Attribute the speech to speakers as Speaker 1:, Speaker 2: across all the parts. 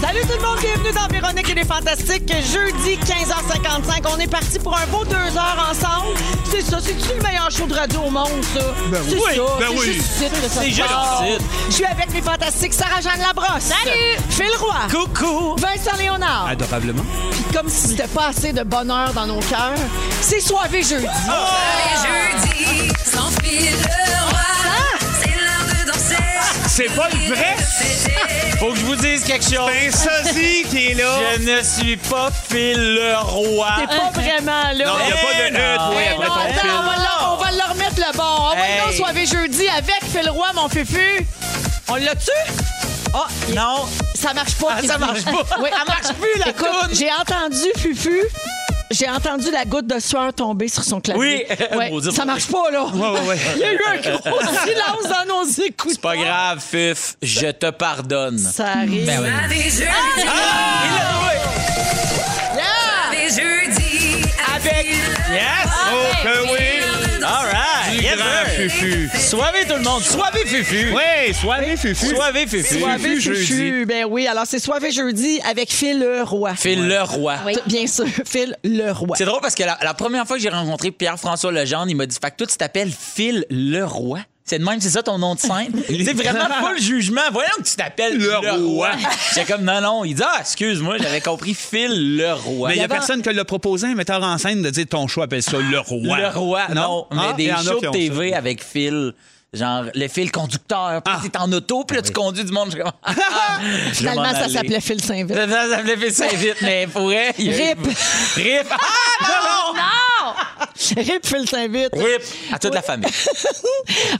Speaker 1: Salut tout le monde, bienvenue dans Véronique et les Fantastiques. Jeudi 15h55, on est parti pour un beau deux heures ensemble. C'est ça, c'est-tu le meilleur show de radio au monde, ça?
Speaker 2: Ben
Speaker 1: c'est
Speaker 2: oui,
Speaker 1: ça,
Speaker 2: ben
Speaker 1: c'est
Speaker 2: oui.
Speaker 1: juste ici que ça
Speaker 2: C'est
Speaker 1: se
Speaker 2: juste
Speaker 1: passe.
Speaker 2: ici.
Speaker 1: Je suis avec les Fantastiques Sarah-Jeanne Labrosse. Salut! Phil Roy.
Speaker 2: Coucou!
Speaker 1: Vincent Léonard.
Speaker 2: Adorablement.
Speaker 1: Puis comme si c'était pas assez de bonheur dans nos cœurs, c'est soirée jeudi.
Speaker 2: Ah!
Speaker 1: Ah,
Speaker 3: jeudi, sans fil le roi. C'est l'heure de danser.
Speaker 2: C'est pas le vrai?
Speaker 4: Faut que je vous dise quelque chose.
Speaker 2: Un sosie qui est là.
Speaker 4: Je ne suis pas Phil le roi.
Speaker 1: C'est pas vraiment là.
Speaker 2: Ah, Non, il n'y a pas de
Speaker 4: Ah
Speaker 2: E, toi,
Speaker 1: Eh non,
Speaker 2: après
Speaker 1: attends,
Speaker 2: ton
Speaker 1: on, va
Speaker 2: film.
Speaker 1: le, on va le remettre le bon. On va
Speaker 4: Hey.
Speaker 1: le soirée jeudi avec Phil Roy, mon fufu. On l'a tu
Speaker 4: Ah, non.
Speaker 1: Ça marche pas.
Speaker 4: Ah, ça marche pas.
Speaker 1: Oui.
Speaker 4: Ça marche plus, la
Speaker 1: Écoute,
Speaker 4: toune.
Speaker 1: J'ai entendu Fufu. J'ai entendu la goutte de sueur tomber sur son clavier.
Speaker 4: Oui.
Speaker 1: Ouais,
Speaker 4: Maudit.
Speaker 1: ça marche pas, là.
Speaker 4: ouais, ouais.
Speaker 1: Il y a eu un gros silence dans nos écoutes.
Speaker 4: C'est pas grave, Fif. Je te pardonne.
Speaker 1: Ça arrive.
Speaker 4: Ben oui.
Speaker 3: Ma vie jeudi,
Speaker 1: Ah,
Speaker 2: Ah!
Speaker 1: Yeah!
Speaker 3: des jeudis,
Speaker 4: Avec. Yes!
Speaker 2: Oh, que oui!
Speaker 3: avec-
Speaker 4: All right. Yes,
Speaker 2: Grand
Speaker 4: sir.
Speaker 2: fufu.
Speaker 4: Soivez tout le monde. Soivez Fufu.
Speaker 2: Oui, soirée fufu.
Speaker 4: Soivez Fufu.
Speaker 2: Soivez.
Speaker 1: Soivé
Speaker 2: Fufu
Speaker 1: Fufu.
Speaker 2: jeudi.
Speaker 1: Ben oui, alors c'est Soivé jeudi avec Phil Leroy.
Speaker 4: Phil le roi.
Speaker 1: Bien sûr, Phil Leroy.
Speaker 4: C'est drôle parce que la, la première fois que j'ai rencontré Pierre-François Legendre, il m'a dit Fait que toi, tu t'appelles Phil Leroy. C'est de même, c'est ça ton nom de scène. c'est vraiment pas le jugement. Voyons que tu t'appelles
Speaker 2: Leroy.
Speaker 4: Leroy. J'ai comme Non, non. Il dit Ah, excuse-moi, j'avais compris Phil Leroy.
Speaker 2: Mais il n'y a
Speaker 1: D'abord-
Speaker 2: personne qui l'a proposé, un metteur en scène, de dire ton choix appelle ça le roi.
Speaker 4: Le roi, non. Mais
Speaker 2: Ah, il
Speaker 4: des
Speaker 2: y en a
Speaker 4: shows
Speaker 2: qui ont
Speaker 4: TV
Speaker 2: ça.
Speaker 4: avec Phil. Genre, le fil conducteur, puis
Speaker 2: Ah.
Speaker 4: t'es en auto, puis là, tu conduis du monde. Je suis comme, Ah, ah, je vais
Speaker 1: Finalement,
Speaker 4: m'en
Speaker 1: ça
Speaker 4: aller.
Speaker 1: s'appelait Phil Saint-Vite.
Speaker 4: Ça, ça s'appelait Phil Saint-Vite, mais pour vrai. il y a eu-
Speaker 1: Rip.
Speaker 4: Rip. Ah, non, non.
Speaker 1: Rip Phil Saint-Vite.
Speaker 4: Rip. À toute la famille.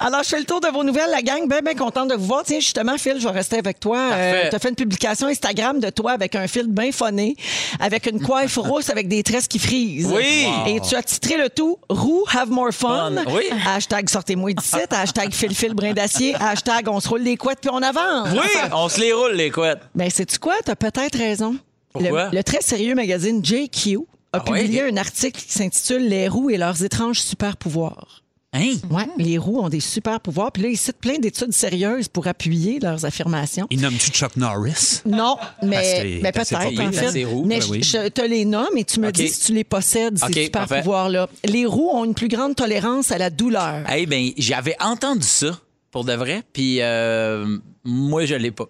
Speaker 1: Alors, je fais le tour de vos nouvelles, la gang. Bien, bien contente de vous voir. Tiens, justement, Phil, je vais rester avec toi.
Speaker 4: Parfait.
Speaker 1: tu as fait une publication Instagram de toi avec un fil bien phoné, avec une coiffe rousse avec des tresses qui frisent.
Speaker 4: Oui.
Speaker 1: Et tu as titré le tout Roux, have more fun.
Speaker 4: Fun, oui.
Speaker 1: Hashtag sortez-moi d'ici. Hashtag fil fil brin d'acier. Hashtag on se roule les couettes puis on avance.
Speaker 4: Oui, on se les roule, les couettes.
Speaker 1: Ben, sais-tu quoi? T'as peut-être raison.
Speaker 4: Pourquoi?
Speaker 1: Le, le très sérieux magazine JQ a
Speaker 4: Ah ouais?
Speaker 1: publié un article qui s'intitule Les roues et leurs étranges super-pouvoirs.
Speaker 4: Hein?
Speaker 1: Ouais,
Speaker 2: Mm-hmm.
Speaker 1: les roues ont des super-pouvoirs. Puis là, ils citent plein d'études sérieuses pour appuyer leurs affirmations.
Speaker 2: Il nomme-tu Chuck Norris?
Speaker 1: Non,
Speaker 2: Parce
Speaker 1: mais,
Speaker 2: qu'il
Speaker 1: mais
Speaker 2: est assez
Speaker 1: peut-être,
Speaker 2: popé,
Speaker 1: en
Speaker 4: il est
Speaker 1: fait.
Speaker 4: assez roux,
Speaker 1: mais
Speaker 2: ben
Speaker 1: je-
Speaker 2: oui.
Speaker 1: je te les nomme et tu me
Speaker 4: OK.
Speaker 1: dis si tu les possèdes, ces
Speaker 4: OK,
Speaker 1: super-pouvoirs-là. Les roues ont une plus grande tolérance à la douleur.
Speaker 4: Eh ben, j'avais entendu ça, pour de vrai, puis euh, moi, je l'ai pas.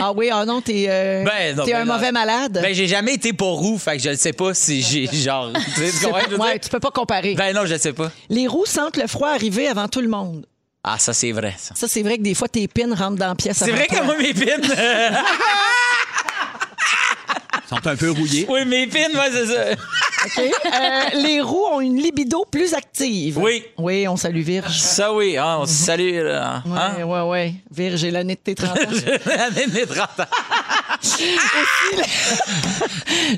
Speaker 1: ah oui, ah non, t'es euh,
Speaker 4: Ben, non,
Speaker 1: t'es
Speaker 4: ben,
Speaker 1: un
Speaker 4: non.
Speaker 1: mauvais malade.
Speaker 4: Ben, j'ai jamais été pour roux, fait que je ne sais pas si j'ai genre. tu sais ce
Speaker 1: Tu sais
Speaker 4: qu'on
Speaker 1: pas-
Speaker 4: je veux
Speaker 1: ouais,
Speaker 4: dire?
Speaker 1: tu peux pas comparer.
Speaker 4: Ben non, je ne sais pas.
Speaker 1: Les roues sentent le froid arriver avant tout le monde.
Speaker 4: Ah, ça, c'est vrai, ça.
Speaker 1: Ça, c'est vrai que des fois, tes pins rentrent dans la pièce.
Speaker 4: C'est
Speaker 1: avant
Speaker 4: vrai que
Speaker 1: toi.
Speaker 4: moi, mes pins. euh,
Speaker 2: Ils sont un peu rouillés.
Speaker 4: oui, mes pins, moi, c'est ça.
Speaker 1: OK. Euh, les roues ont une libido plus active.
Speaker 4: Oui.
Speaker 1: Oui, on salue Virge.
Speaker 4: Ça, oui, hein, on se salue, là.
Speaker 1: Oui,
Speaker 4: Hein?
Speaker 1: oui, oui. Virge, j'ai l'année de tes 30 ans.
Speaker 4: L'année de mes 30 ans.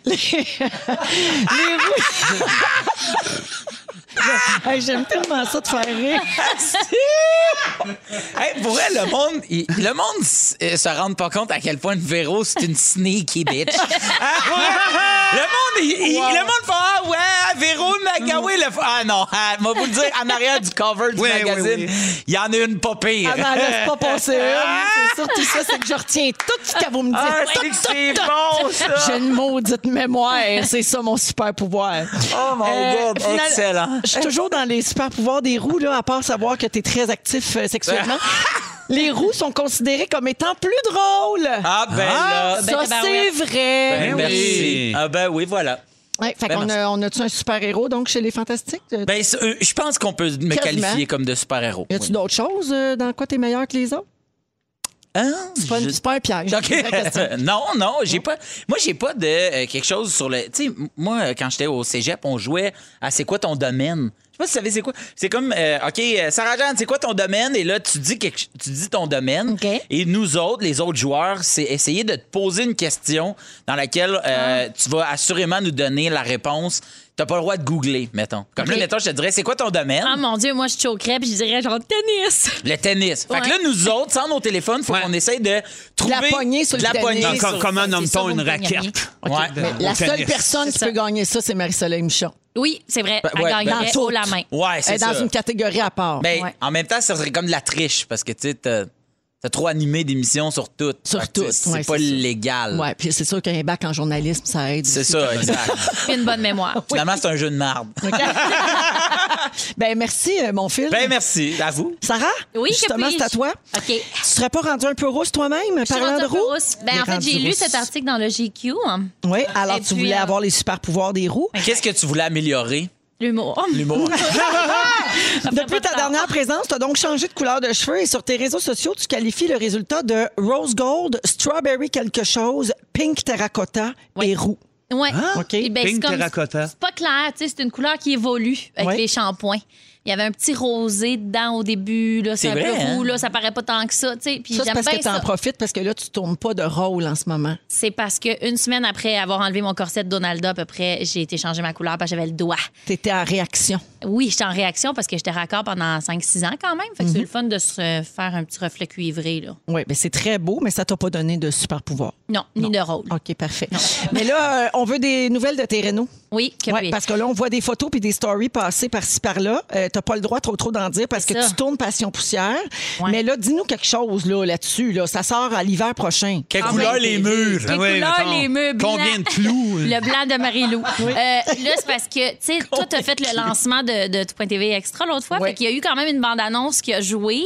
Speaker 1: les, les roues. Hey, J'aime tellement ça de faire rire.
Speaker 4: Hey, pour vrai, le monde, il- le monde s- euh, se rend pas compte à quel point une Véro, c'est une sneaky bitch. Ah, ouais. le monde, il- il- le monde fait Ah ouais, Véro Nagawé, le. f- Ah non, ah, moi vous le dire, en arrière du cover du
Speaker 2: Oui, oui,
Speaker 4: magazine, il y en a une pas pire.
Speaker 1: Ah non, laisse pas passer une. C'est surtout ça, c'est que je retiens tout ce que vous me dites.
Speaker 4: Ah,
Speaker 1: Tout,
Speaker 4: c'est que
Speaker 1: tout,
Speaker 4: c'est
Speaker 1: tout.
Speaker 4: bon, ça!
Speaker 1: J'ai une maudite mémoire. C'est ça mon super pouvoir.
Speaker 4: Oh mon
Speaker 1: Euh,
Speaker 4: God,
Speaker 1: final-
Speaker 4: excellent.
Speaker 1: Je suis toujours dans les super pouvoirs des roues, là, à part savoir que tu es très actif euh, sexuellement. les roues sont considérées comme étant plus drôles.
Speaker 4: Ah ben là,
Speaker 1: ça, c'est vrai. Eh
Speaker 4: ben,
Speaker 2: oui.
Speaker 4: merci. Ah ben oui, voilà.
Speaker 1: Ouais, fait
Speaker 4: Ben,
Speaker 1: qu'on a, on a-tu un super-héros, donc, chez les Fantastiques?
Speaker 4: Ben, c'est- euh, je pense qu'on peut me
Speaker 1: Quasiment.
Speaker 4: qualifier comme de super-héros.
Speaker 1: y a-tu d'autres choses euh, dans quoi t'es meilleur que les autres?
Speaker 4: Hein?
Speaker 1: C'est pas, une-
Speaker 4: Je-
Speaker 1: c'est pas un piège.
Speaker 4: OK.
Speaker 1: C'est une vraie question.
Speaker 4: non, non, j'ai pas. Moi, j'ai pas de euh, quelque chose sur le. Tu sais, m- moi, euh, quand j'étais au cégep, on jouait à c'est quoi ton domaine. Je sais pas si vous savez c'est quoi. C'est comme, euh, OK, euh, Sarah-Jeanne, c'est quoi ton domaine? Et là, tu dis, quelque... ch- tu dis ton domaine.
Speaker 5: OK.
Speaker 4: Et nous autres, les autres joueurs, c'est essayer
Speaker 1: Ah.
Speaker 4: de te poser une question dans laquelle euh, tu vas assurément nous donner la réponse t'as pas le droit de googler, mettons. Comme là,
Speaker 6: Ok.
Speaker 4: mettons, je te dirais, c'est quoi ton domaine?
Speaker 6: Ah mon Dieu, moi je choquerais puis je dirais genre tennis.
Speaker 4: Le tennis. Fait que
Speaker 6: Ouais.
Speaker 4: là, nous autres, sans nos téléphones, faut
Speaker 2: Ouais.
Speaker 4: qu'on essaye de trouver.
Speaker 1: pognée sur
Speaker 4: de
Speaker 1: le
Speaker 4: la
Speaker 1: tennis.
Speaker 4: pognée
Speaker 2: Donc,
Speaker 1: Encore-
Speaker 4: sur-
Speaker 2: comment nomme-t-on
Speaker 6: ça,
Speaker 2: une
Speaker 6: vous me gagnez.
Speaker 2: raquette?
Speaker 4: Ouais.
Speaker 2: De-
Speaker 4: Mais
Speaker 2: au
Speaker 1: La seule
Speaker 2: tennis.
Speaker 1: personne qui
Speaker 6: ça.
Speaker 1: peut gagner ça, c'est Marie-Soleil Michon.
Speaker 6: Oui, c'est vrai,
Speaker 4: Ben,
Speaker 6: elle
Speaker 4: ouais,
Speaker 6: gagnerait
Speaker 4: ben,
Speaker 6: haut la main.
Speaker 4: Ouais,
Speaker 1: Elle
Speaker 4: c'est
Speaker 1: est Euh, dans
Speaker 4: ça. Ben,
Speaker 1: une catégorie à part.
Speaker 4: Mais
Speaker 6: Ouais.
Speaker 4: en même temps, ça serait comme de la triche parce que tu sais, t'as t'as trop animé d'émissions sur toutes.
Speaker 1: Sur
Speaker 4: Fait que, tu sais,
Speaker 1: toutes,
Speaker 4: C'est
Speaker 1: ouais,
Speaker 4: pas
Speaker 1: c'est ça.
Speaker 4: légal.
Speaker 1: Ouais, puis c'est sûr qu'un bac en journalisme, ça aide.
Speaker 4: euh, C'est
Speaker 1: aussi.
Speaker 4: ça, exact.
Speaker 6: Puis une bonne mémoire.
Speaker 4: Finalement, c'est un jeu de marde.
Speaker 1: Ben merci, euh, mon fils.
Speaker 4: Ben, merci. À vous.
Speaker 1: Sarah,
Speaker 6: Oui, que
Speaker 1: justement,
Speaker 6: puis-je?
Speaker 1: c'est à toi.
Speaker 6: OK.
Speaker 1: Tu serais pas rendu un peu rousse toi-même,
Speaker 6: Je suis
Speaker 1: parlant
Speaker 6: rendue
Speaker 1: de
Speaker 6: un peu
Speaker 1: roux?
Speaker 6: rousse. Ben, en fait, j'ai lu cet article dans le GQ. hein.
Speaker 1: Oui, alors
Speaker 6: Et
Speaker 1: tu
Speaker 6: puis,
Speaker 1: voulais
Speaker 6: euh,
Speaker 1: avoir les super pouvoirs des roues.
Speaker 4: Qu'est-ce que tu voulais améliorer?
Speaker 6: L'humour.
Speaker 4: L'humour.
Speaker 1: Depuis ta dernière présence, tu as donc changé de couleur de cheveux et sur tes réseaux sociaux, tu qualifies le résultat de rose gold, strawberry quelque chose, pink terracotta et roux.
Speaker 6: Ouais.
Speaker 1: OK.
Speaker 6: Et ben, c'est
Speaker 2: Pink
Speaker 6: comme-
Speaker 2: terracotta.
Speaker 6: C'est pas clair, tu sais, c'est une couleur qui évolue avec
Speaker 1: Ouais.
Speaker 6: les shampoings. Il y avait un petit rosé dedans au début, là, c'est
Speaker 4: C'est
Speaker 6: un
Speaker 4: vrai,
Speaker 6: peu
Speaker 4: hein?
Speaker 6: roux, là, ça paraît pas tant que ça, tu sais. Puis
Speaker 1: Ça, c'est
Speaker 6: j'aime
Speaker 1: parce
Speaker 6: bien
Speaker 1: que tu en
Speaker 6: ça.
Speaker 1: profites parce que là, tu tournes pas de rôle en ce moment.
Speaker 6: C'est parce que une semaine après avoir enlevé mon corset de Donalda, à peu près, j'ai été changer ma couleur parce que j'avais le doigt.
Speaker 1: Tu étais en réaction.
Speaker 6: Oui, j'étais en réaction parce que j'étais raccord pendant 5-6 ans quand même. Fait que
Speaker 1: Mhm.
Speaker 6: c'est le fun de se faire un petit reflet cuivré, là.
Speaker 1: Oui, mais c'est très beau, mais ça t'a pas donné de super pouvoir.
Speaker 6: Non, ni de rôle.
Speaker 1: OK, parfait. Mais là, euh, on veut des nouvelles de tes rénaux.
Speaker 6: Oui, que
Speaker 1: Ouais,
Speaker 6: puis-
Speaker 1: parce que là, on voit des photos puis des stories passer par-ci par-là. Euh, T'as pas le droit trop trop d'en dire parce que
Speaker 6: C'est ça.
Speaker 1: tu tournes passion poussière.
Speaker 6: Ouais.
Speaker 1: Mais là, dis-nous quelque chose là, là-dessus. Là, Ça sort à l'hiver prochain.
Speaker 4: Quelle
Speaker 6: Ah,
Speaker 4: couleur
Speaker 6: ben,
Speaker 4: les murs?
Speaker 6: Les
Speaker 2: Ah oui,
Speaker 6: couleurs,
Speaker 2: mettons.
Speaker 6: les meubles.
Speaker 2: Combien de clous?
Speaker 6: Le blanc de Marie-Lou. Euh, là, c'est parce que, tu sais, toi, t'as fait le lancement de, de Tout Point TV Extra l'autre fois.
Speaker 1: Ouais.
Speaker 6: Fait qu'il y a eu quand même une bande-annonce qui a joué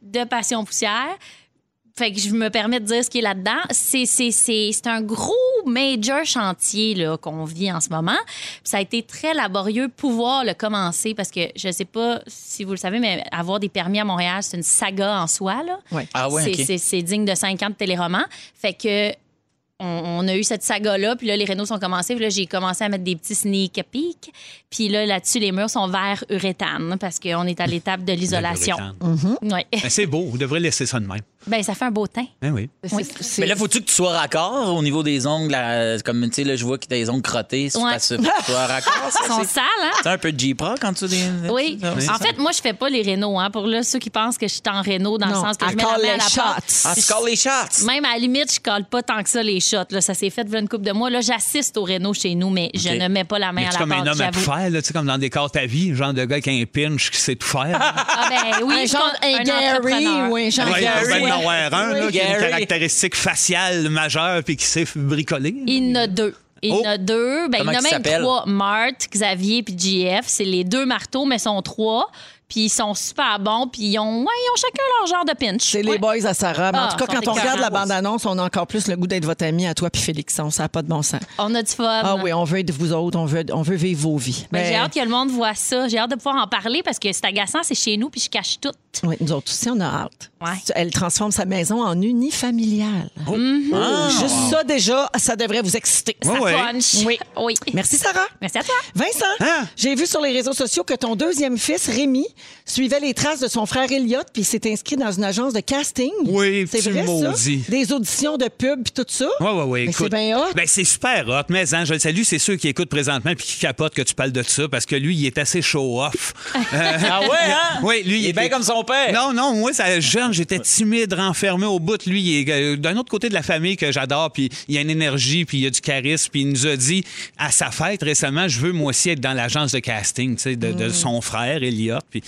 Speaker 6: de Passion Poussière. Fait que je me permets de dire ce qui est là-dedans. C'est, c'est, c'est, c'est un gros major chantier là, qu'on vit en ce moment. Puis ça a été très laborieux pouvoir le commencer parce que je sais pas si vous le savez, mais avoir des permis à Montréal, c'est une saga en soi. Là.
Speaker 1: Ouais.
Speaker 4: Ah ouais,
Speaker 6: c'est,
Speaker 4: ok.
Speaker 6: c'est- c'est digne de 50 téléromans. Fait que on, on a eu cette saga-là, puis là, les rénaux sont commencés. Puis là, j'ai commencé à mettre des petits sneak peeks. Puis là, là-dessus, les murs sont verts uréthane parce qu'on est à l'étape de l'isolation. Mhm. Ouais.
Speaker 2: Ben, c'est beau, vous devrez laisser ça de même.
Speaker 6: Ben, ça fait un beau teint.
Speaker 2: Ben oui.
Speaker 6: Oui.
Speaker 4: Mais là, faut-tu que tu sois raccord au niveau des ongles? euh, Comme, tu sais, là, je vois que t'as les ongles crottés. C'est
Speaker 6: Ouais.
Speaker 4: parce que faut que tu sois raccord. ça,
Speaker 6: Ils sont
Speaker 4: c'est-
Speaker 6: sales, hein?
Speaker 4: C'est un peu de J-Pro quand tu as des.
Speaker 6: Oui.
Speaker 4: Ça, c'est
Speaker 6: En
Speaker 4: ça.
Speaker 6: fait, moi, je fais pas les rénaux. Hein, pour là, ceux qui pensent que je suis en réno dans le
Speaker 1: Non,
Speaker 6: sens que
Speaker 1: elle
Speaker 6: je mets la
Speaker 1: colle
Speaker 6: main à
Speaker 1: les
Speaker 6: la pâte.
Speaker 1: shots.
Speaker 4: Ah, tu scores les shots.
Speaker 6: Même à la limite, je colle pas tant que ça les shots. Là. Ça s'est fait v'là une coupe de mois. Là, j'assiste aux rénaux chez nous, mais je
Speaker 4: Ok.
Speaker 6: ne mets pas la main
Speaker 2: Mais
Speaker 6: à
Speaker 2: tu
Speaker 6: la
Speaker 2: comme un
Speaker 6: pâte,
Speaker 2: homme à tout
Speaker 6: j'avoue.
Speaker 2: faire, là, tu sais, comme dans des cartes à vie, genre de gars qui a un pinch qui sait tout faire. là.
Speaker 6: Ah ben oui,
Speaker 1: Un
Speaker 6: je
Speaker 1: genre
Speaker 6: compte-
Speaker 1: un Gary
Speaker 6: entrepreneur. ben,
Speaker 1: ou un genre
Speaker 2: Ouais, il
Speaker 4: Gary,
Speaker 2: peut bien
Speaker 4: ouais.
Speaker 2: en avoir un, là, qui a une
Speaker 4: Gary.
Speaker 2: caractéristique faciale majeure puis qui sait bricoler.
Speaker 6: Il y en a deux. Il y en
Speaker 2: Oh.
Speaker 6: a deux. Ben, il y en
Speaker 4: Comment
Speaker 6: a
Speaker 4: ils
Speaker 6: même
Speaker 4: s'appellent?
Speaker 6: trois. Marthe, Xavier puis JF. C'est les deux marteaux, mais ils sont trois. Puis ils sont super bons. Puis ils ont, ouais, ils ont chacun leur genre de pinch.
Speaker 1: C'est
Speaker 6: Ouais.
Speaker 1: les boys à Sarah. Mais en
Speaker 6: Ah,
Speaker 1: tout cas,
Speaker 6: sont
Speaker 1: quand on
Speaker 6: écœurants.
Speaker 1: regarde la bande-annonce, on a encore plus le goût d'être votre ami à toi puis Félixon. Ça n'a pas de bon sens.
Speaker 6: On a du fun.
Speaker 1: Ah oui, on veut être vous autres. On veut, on veut vivre vos vies.
Speaker 6: Ben,
Speaker 1: Ben,
Speaker 6: J'ai hâte que le monde voit ça. J'ai hâte de pouvoir en parler parce que c'est agaçant, c'est chez nous, puis je cache tout.
Speaker 1: oui, nous autres aussi, on a hâte.
Speaker 6: Ouais. Oh.
Speaker 1: Elle transforme sa maison en unifamiliale. Juste
Speaker 6: Mm-hmm.
Speaker 1: ça, déjà, ça devrait vous exciter.
Speaker 6: Ça
Speaker 2: ouais.
Speaker 6: punch.
Speaker 1: Oui.
Speaker 6: oui.
Speaker 1: Merci, Sarah.
Speaker 6: Merci à toi.
Speaker 1: Vincent,
Speaker 2: Hein?
Speaker 1: j'ai vu sur les réseaux sociaux que ton deuxième fils, Rémi, suivait les traces de son frère Elliot, puis il s'est inscrit dans une agence de casting.
Speaker 2: Oui,
Speaker 1: c'est
Speaker 2: tu
Speaker 1: vrai,
Speaker 2: maudis.
Speaker 1: ça? Des auditions de pub, puis tout ça.
Speaker 2: Oui, oui, oui.
Speaker 1: Mais c'est
Speaker 2: écoute.
Speaker 1: bien hot.
Speaker 2: Ben, c'est super hot. Mais hein, je le salue, c'est ceux qui écoutent présentement puis qui capotent que tu parles de ça parce que lui, il est assez show-off. Euh,
Speaker 4: Ah ouais, hein?
Speaker 2: Oui, lui,
Speaker 4: il est bien comme son père.
Speaker 2: Non, non, moi, ça, jeune, j'étais timide, renfermé au bout. Lui, il est euh, d'un autre côté de la famille que j'adore, puis il a une énergie, puis il a du charisme, puis il nous a dit à sa fête récemment, je veux moi aussi être dans l'agence de casting, tu sais, de,
Speaker 1: Mm.
Speaker 2: de son frère, Elliot, puis...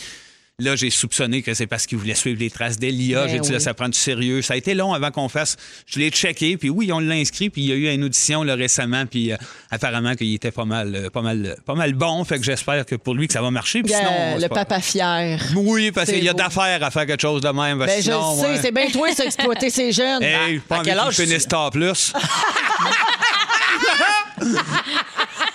Speaker 2: Là, j'ai soupçonné que c'est parce qu'il voulait suivre les traces d'Elia.
Speaker 1: Ben
Speaker 2: J'ai dit, là,
Speaker 1: oui.
Speaker 2: ça prend du sérieux. Ça a été long avant qu'on fasse. Je l'ai checké, puis oui, on l'a inscrit, puis il y a eu une audition là, récemment, puis euh, apparemment qu'il était pas mal, euh, pas mal, pas mal bon. Fait que j'espère que pour lui que ça va marcher. puis
Speaker 1: Euh,
Speaker 2: sinon, on
Speaker 1: le
Speaker 2: va se faire-
Speaker 1: papa fier.
Speaker 2: oui, parce
Speaker 1: C'est
Speaker 2: qu'il y a
Speaker 1: beau.
Speaker 2: d'affaires à faire quelque chose de même. parce
Speaker 1: Ben,
Speaker 2: que
Speaker 1: je
Speaker 2: sinon,
Speaker 1: le sais,
Speaker 2: ouais.
Speaker 1: c'est bien toi, ça, exploiter ces jeunes.
Speaker 2: Hey, pas
Speaker 4: à
Speaker 2: envie
Speaker 4: quel
Speaker 2: qu'ils
Speaker 4: âge tu-
Speaker 2: finissent tard plus.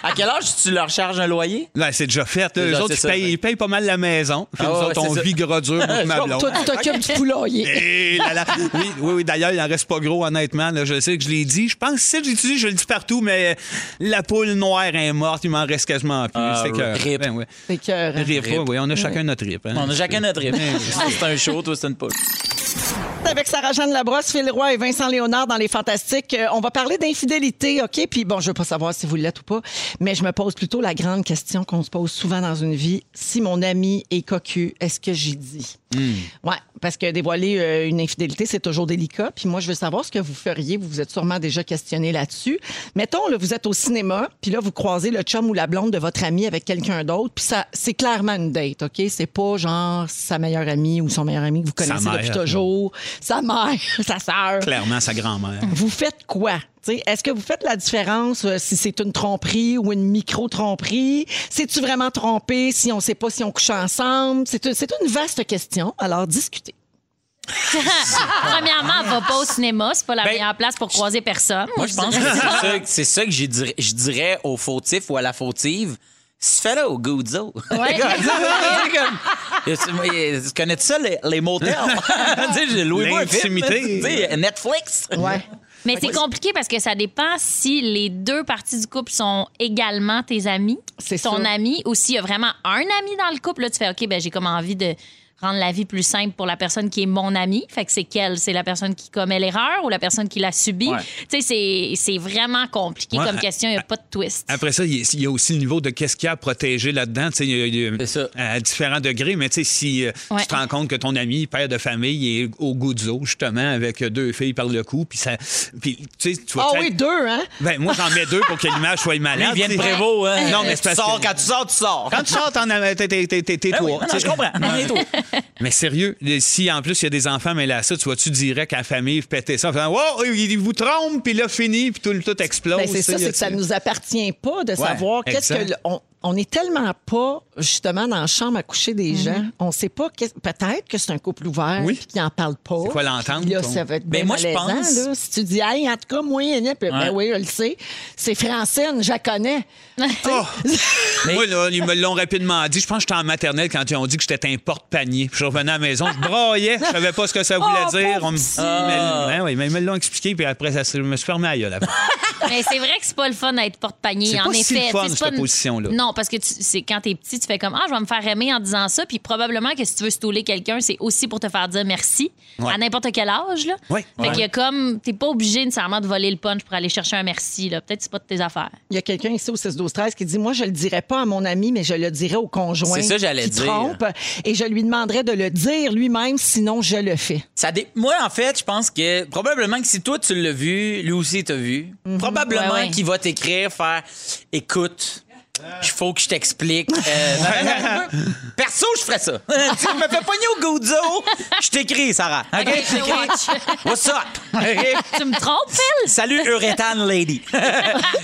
Speaker 4: À quel âge tu leur charges un loyer?
Speaker 2: Là, Ben, c'est déjà fait. là.
Speaker 4: Déjà,
Speaker 2: Les autres,
Speaker 4: c'est
Speaker 2: ils
Speaker 4: ça,
Speaker 2: payent,
Speaker 4: ouais.
Speaker 2: ils payent pas mal la maison. Puis
Speaker 4: Ah
Speaker 2: nous
Speaker 4: ouais,
Speaker 2: autres,
Speaker 4: ouais,
Speaker 2: on
Speaker 4: c'est
Speaker 2: vit gras dur, moi et ma blonde.
Speaker 1: Toi, tu t'occupes du poulailler.
Speaker 2: Eh, là, là. Oui, oui, oui, d'ailleurs, il en reste pas gros, honnêtement. là. je sais que je l'ai dit. Je pense que si je l'ai dit, je le dis partout, mais la poule noire est morte. Il m'en reste quasiment plus.
Speaker 4: Ah,
Speaker 2: c'est que.
Speaker 4: rip.
Speaker 2: Ben, ouais.
Speaker 1: C'est écœurant.
Speaker 2: Rip, oui, oui, on a chacun notre rip. hein.
Speaker 4: On a chacun notre rythme. c'est un show, toi, c'est une poule.
Speaker 1: suite avec Sarah-Jeanne Labrosse, Phil Roy et Vincent Léonard dans Les Fantastiques. Euh, on va parler d'infidélité, OK? Puis bon, je veux pas savoir si vous l'êtes ou pas, mais je me pose plutôt la grande question qu'on se pose souvent dans une vie. Si mon ami est cocu, est-ce que j'y dis?
Speaker 2: Hmm.
Speaker 1: Ouais, parce que dévoiler euh, une infidélité, c'est toujours délicat. Puis moi, je veux savoir ce que vous feriez. Vous vous êtes sûrement déjà questionné là-dessus. Mettons, là, vous êtes au cinéma, puis là, vous croisez le chum ou la blonde de votre ami avec quelqu'un d'autre, puis ça, c'est clairement une date, OK? C'est pas genre sa meilleure amie ou son meilleur ami que vous
Speaker 2: Sa
Speaker 1: connaissez depuis
Speaker 2: mère,
Speaker 1: toujours, sa mère, sa sœur.
Speaker 2: Clairement, sa grand-mère.
Speaker 1: Vous faites quoi? T'sais, Est-ce que vous faites la différence euh, si c'est une tromperie ou une micro-tromperie? C'est-tu vraiment trompé si on ne sait pas si on couche ensemble? C'est une, c'est une vaste question, alors discutez.
Speaker 6: Premièrement, elle va pas au cinéma. C'est pas la
Speaker 4: Ben,
Speaker 6: meilleure place pour croiser personne.
Speaker 4: Moi, je pense que c'est ça, c'est ça que je dirais, je dirais au fautif ou à la fautive. Se fait là au Guzzo.
Speaker 6: Ouais.
Speaker 4: Connais-tu ça, les, les motels? Tu sais, j'ai loué moi un film,
Speaker 2: L'intimité.
Speaker 4: tu sais, Netflix.
Speaker 6: Mais c'est compliqué parce que ça dépend si les deux parties du couple sont également tes amis,
Speaker 1: C'est
Speaker 6: ton
Speaker 1: ça.
Speaker 6: ami, ou s'il y a vraiment un ami dans le couple. Là, tu fais OK, ben j'ai comme envie de rendre la vie plus simple pour la personne qui est mon ami. Fait que c'est quelle? C'est la personne qui commet l'erreur ou la personne qui l'a subie?
Speaker 4: Ouais.
Speaker 6: Tu sais, c'est- c'est vraiment compliqué
Speaker 2: Ouais,
Speaker 6: comme
Speaker 2: à-
Speaker 6: question. Il n'y a pas de twist.
Speaker 2: Après ça, il y a- il y a aussi le niveau de qu'est-ce qu'il y a à protéger là-dedans. tu sais, il y a- il y a-
Speaker 4: C'est ça.
Speaker 2: À différents degrés, mais tu sais, si euh,
Speaker 6: Ouais.
Speaker 2: tu te rends compte que ton ami, père de famille, est au goût du zoo, justement, avec deux filles par le cou, puis ça. Puis, tu sais, tu vas
Speaker 1: Ah
Speaker 2: te faire-
Speaker 1: oui, deux, hein?
Speaker 2: Ben, moi, j'en mets deux pour que l'image soit
Speaker 4: Lui,
Speaker 2: malade.
Speaker 4: il vient de
Speaker 2: tu sais.
Speaker 4: Prévost. Hein?
Speaker 2: Non, mais c'est
Speaker 4: tu
Speaker 2: parce
Speaker 4: sors,
Speaker 2: que-
Speaker 4: quand tu sors, tu sors.
Speaker 2: Quand tu sors, t'en as- t'es- t'es- t'es t'es- t'es
Speaker 4: Ah oui,
Speaker 2: trois.
Speaker 4: non,
Speaker 2: tu sais.
Speaker 4: je comprends.
Speaker 2: Ouais. Mais sérieux, le- si en plus il y a des enfants mais là ça, tu vois-tu direct à la famille péter ça en faisant Oh, il vous trompe, puis là, fini, puis tout, tout explose.
Speaker 1: Ben, c'est ça,
Speaker 2: il y a-
Speaker 1: c'est que ça nous appartient pas de savoir qu'est-ce que
Speaker 2: exact.
Speaker 1: le- on, on est tellement pas justement dans la chambre à coucher des gens. On sait pas qu'est- peut-être que c'est un couple ouvert
Speaker 2: Oui.
Speaker 1: puis qui en parle pas.
Speaker 2: C'est quoi l'entente,
Speaker 1: Puis Là,
Speaker 2: on-
Speaker 1: ça va être
Speaker 4: Ben,
Speaker 1: bien
Speaker 4: moi, je
Speaker 1: malaisant,
Speaker 4: pense-
Speaker 1: là. si tu dis hey, en tout cas moi gna, gna, puis, ben oui,
Speaker 4: Ouais.
Speaker 1: je le sais. C'est Francine, je la connais.
Speaker 2: Moi, là, ils me l'ont rapidement dit. Je pense que j'étais en maternelle quand ils ont dit que j'étais un porte-panier. Puis Je revenais à la maison, je braillais. Je savais pas ce que ça voulait dire. On me dit, mais, ouais, ouais, mais ils me l'ont expliqué, puis après, ça, se- je me suis fermé à gueule. après.
Speaker 6: Mais c'est vrai que c'est pas le fun d'être porte-panier,
Speaker 2: C'est
Speaker 6: en
Speaker 2: pas
Speaker 6: effet.
Speaker 2: si le fun,
Speaker 6: Tu sais, c'est
Speaker 2: cette
Speaker 6: une-
Speaker 2: position-là.
Speaker 6: Non, parce que tu- c'est quand t'es petit, tu fais comme Ah, je vais me faire aimer en disant ça. Puis probablement que si tu veux stouler quelqu'un, c'est aussi pour te faire dire merci
Speaker 2: Ouais.
Speaker 6: à n'importe quel âge. Là.
Speaker 2: Ouais.
Speaker 6: Fait qu'il y a comme. T'es pas obligé nécessairement de voler le punch pour aller chercher un merci. Là. Peut-être que c'est pas de tes affaires.
Speaker 1: Il y a quelqu'un ici au 6 12 13 qui dit moi je le dirais pas à mon ami mais je le dirais au conjoint.
Speaker 4: C'est ça que j'allais
Speaker 1: qui
Speaker 4: dire.
Speaker 1: Trompe, et je lui demanderais de le dire lui-même sinon je le fais.
Speaker 4: Ça dé- Moi, en fait, je pense que probablement que si toi, tu l'as vu, lui aussi, t'a vu. Probablement
Speaker 6: Mhm. Ouais, ouais.
Speaker 4: qu'il va t'écrire, faire Écoute, il faut que je t'explique. Euh, Perso, je ferais ça. tu me fais pogner au Goudzo, je t'écris, Sarah. OK?
Speaker 6: Ok, je watch.
Speaker 4: What's up? OK?
Speaker 6: tu me trompes, Phil?
Speaker 4: Salut, Urétane Lady.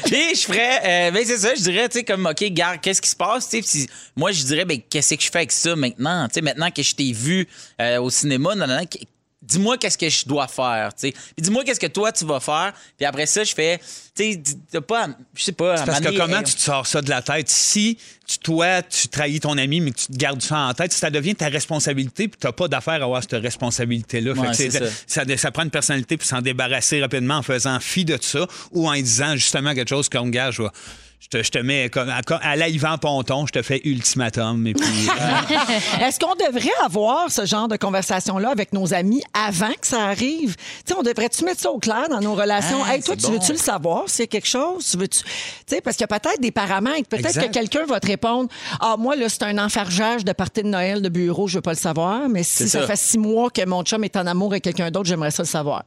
Speaker 4: Puis je ferais, euh, ben c'est ça, je dirais, tu sais, comme, OK, gars, qu'est-ce qui se passe? Tu sais, puis si- moi, je dirais, ben, qu'est-ce que je fais avec ça maintenant? Tu sais, maintenant que je t'ai vu euh, au cinéma, non, non, non, qu- dis-moi qu'est-ce que je dois faire, tu sais. Puis dis-moi qu'est-ce que toi, tu vas faire. Puis après ça, je fais, tu sais, dis- t'as pas, à- je sais pas, à
Speaker 2: Parce que
Speaker 4: m'amener-
Speaker 2: comment tu te sors ça de la tête? Si tu, toi, tu trahis ton ami, mais que tu te gardes ça en tête, ça devient ta responsabilité, puis tu n'as pas d'affaire à avoir cette responsabilité-là. Fait
Speaker 4: Ouais,
Speaker 2: que c'est-
Speaker 4: c'est ça.
Speaker 2: ça. ça prend une personnalité, puis s'en débarrasser rapidement en faisant fi de ça, ou en disant justement quelque chose comme, gars, je vais- Je te, je te mets comme à, à la Yvan Ponton, je te fais ultimatum. Et puis, euh,
Speaker 1: Est-ce qu'on devrait avoir ce genre de conversation-là avec nos amis avant que ça arrive? Tu sais, on devrait-tu mettre ça au clair dans nos relations?
Speaker 4: Ah,
Speaker 1: hey, toi,
Speaker 4: c'est
Speaker 1: tu
Speaker 4: bon.
Speaker 1: veux-tu le savoir s'il y a quelque chose? Tu veux-tu... Tu sais, parce qu'il y a peut-être des paramètres. Peut-être
Speaker 2: Exact.
Speaker 1: que quelqu'un va te répondre Ah, moi, là, c'est un enfargeage de partie de Noël de bureau, je veux pas le savoir, mais si
Speaker 4: C'est
Speaker 1: ça.
Speaker 4: ça.
Speaker 1: fait six mois que mon chum est en amour avec quelqu'un d'autre, j'aimerais ça le savoir.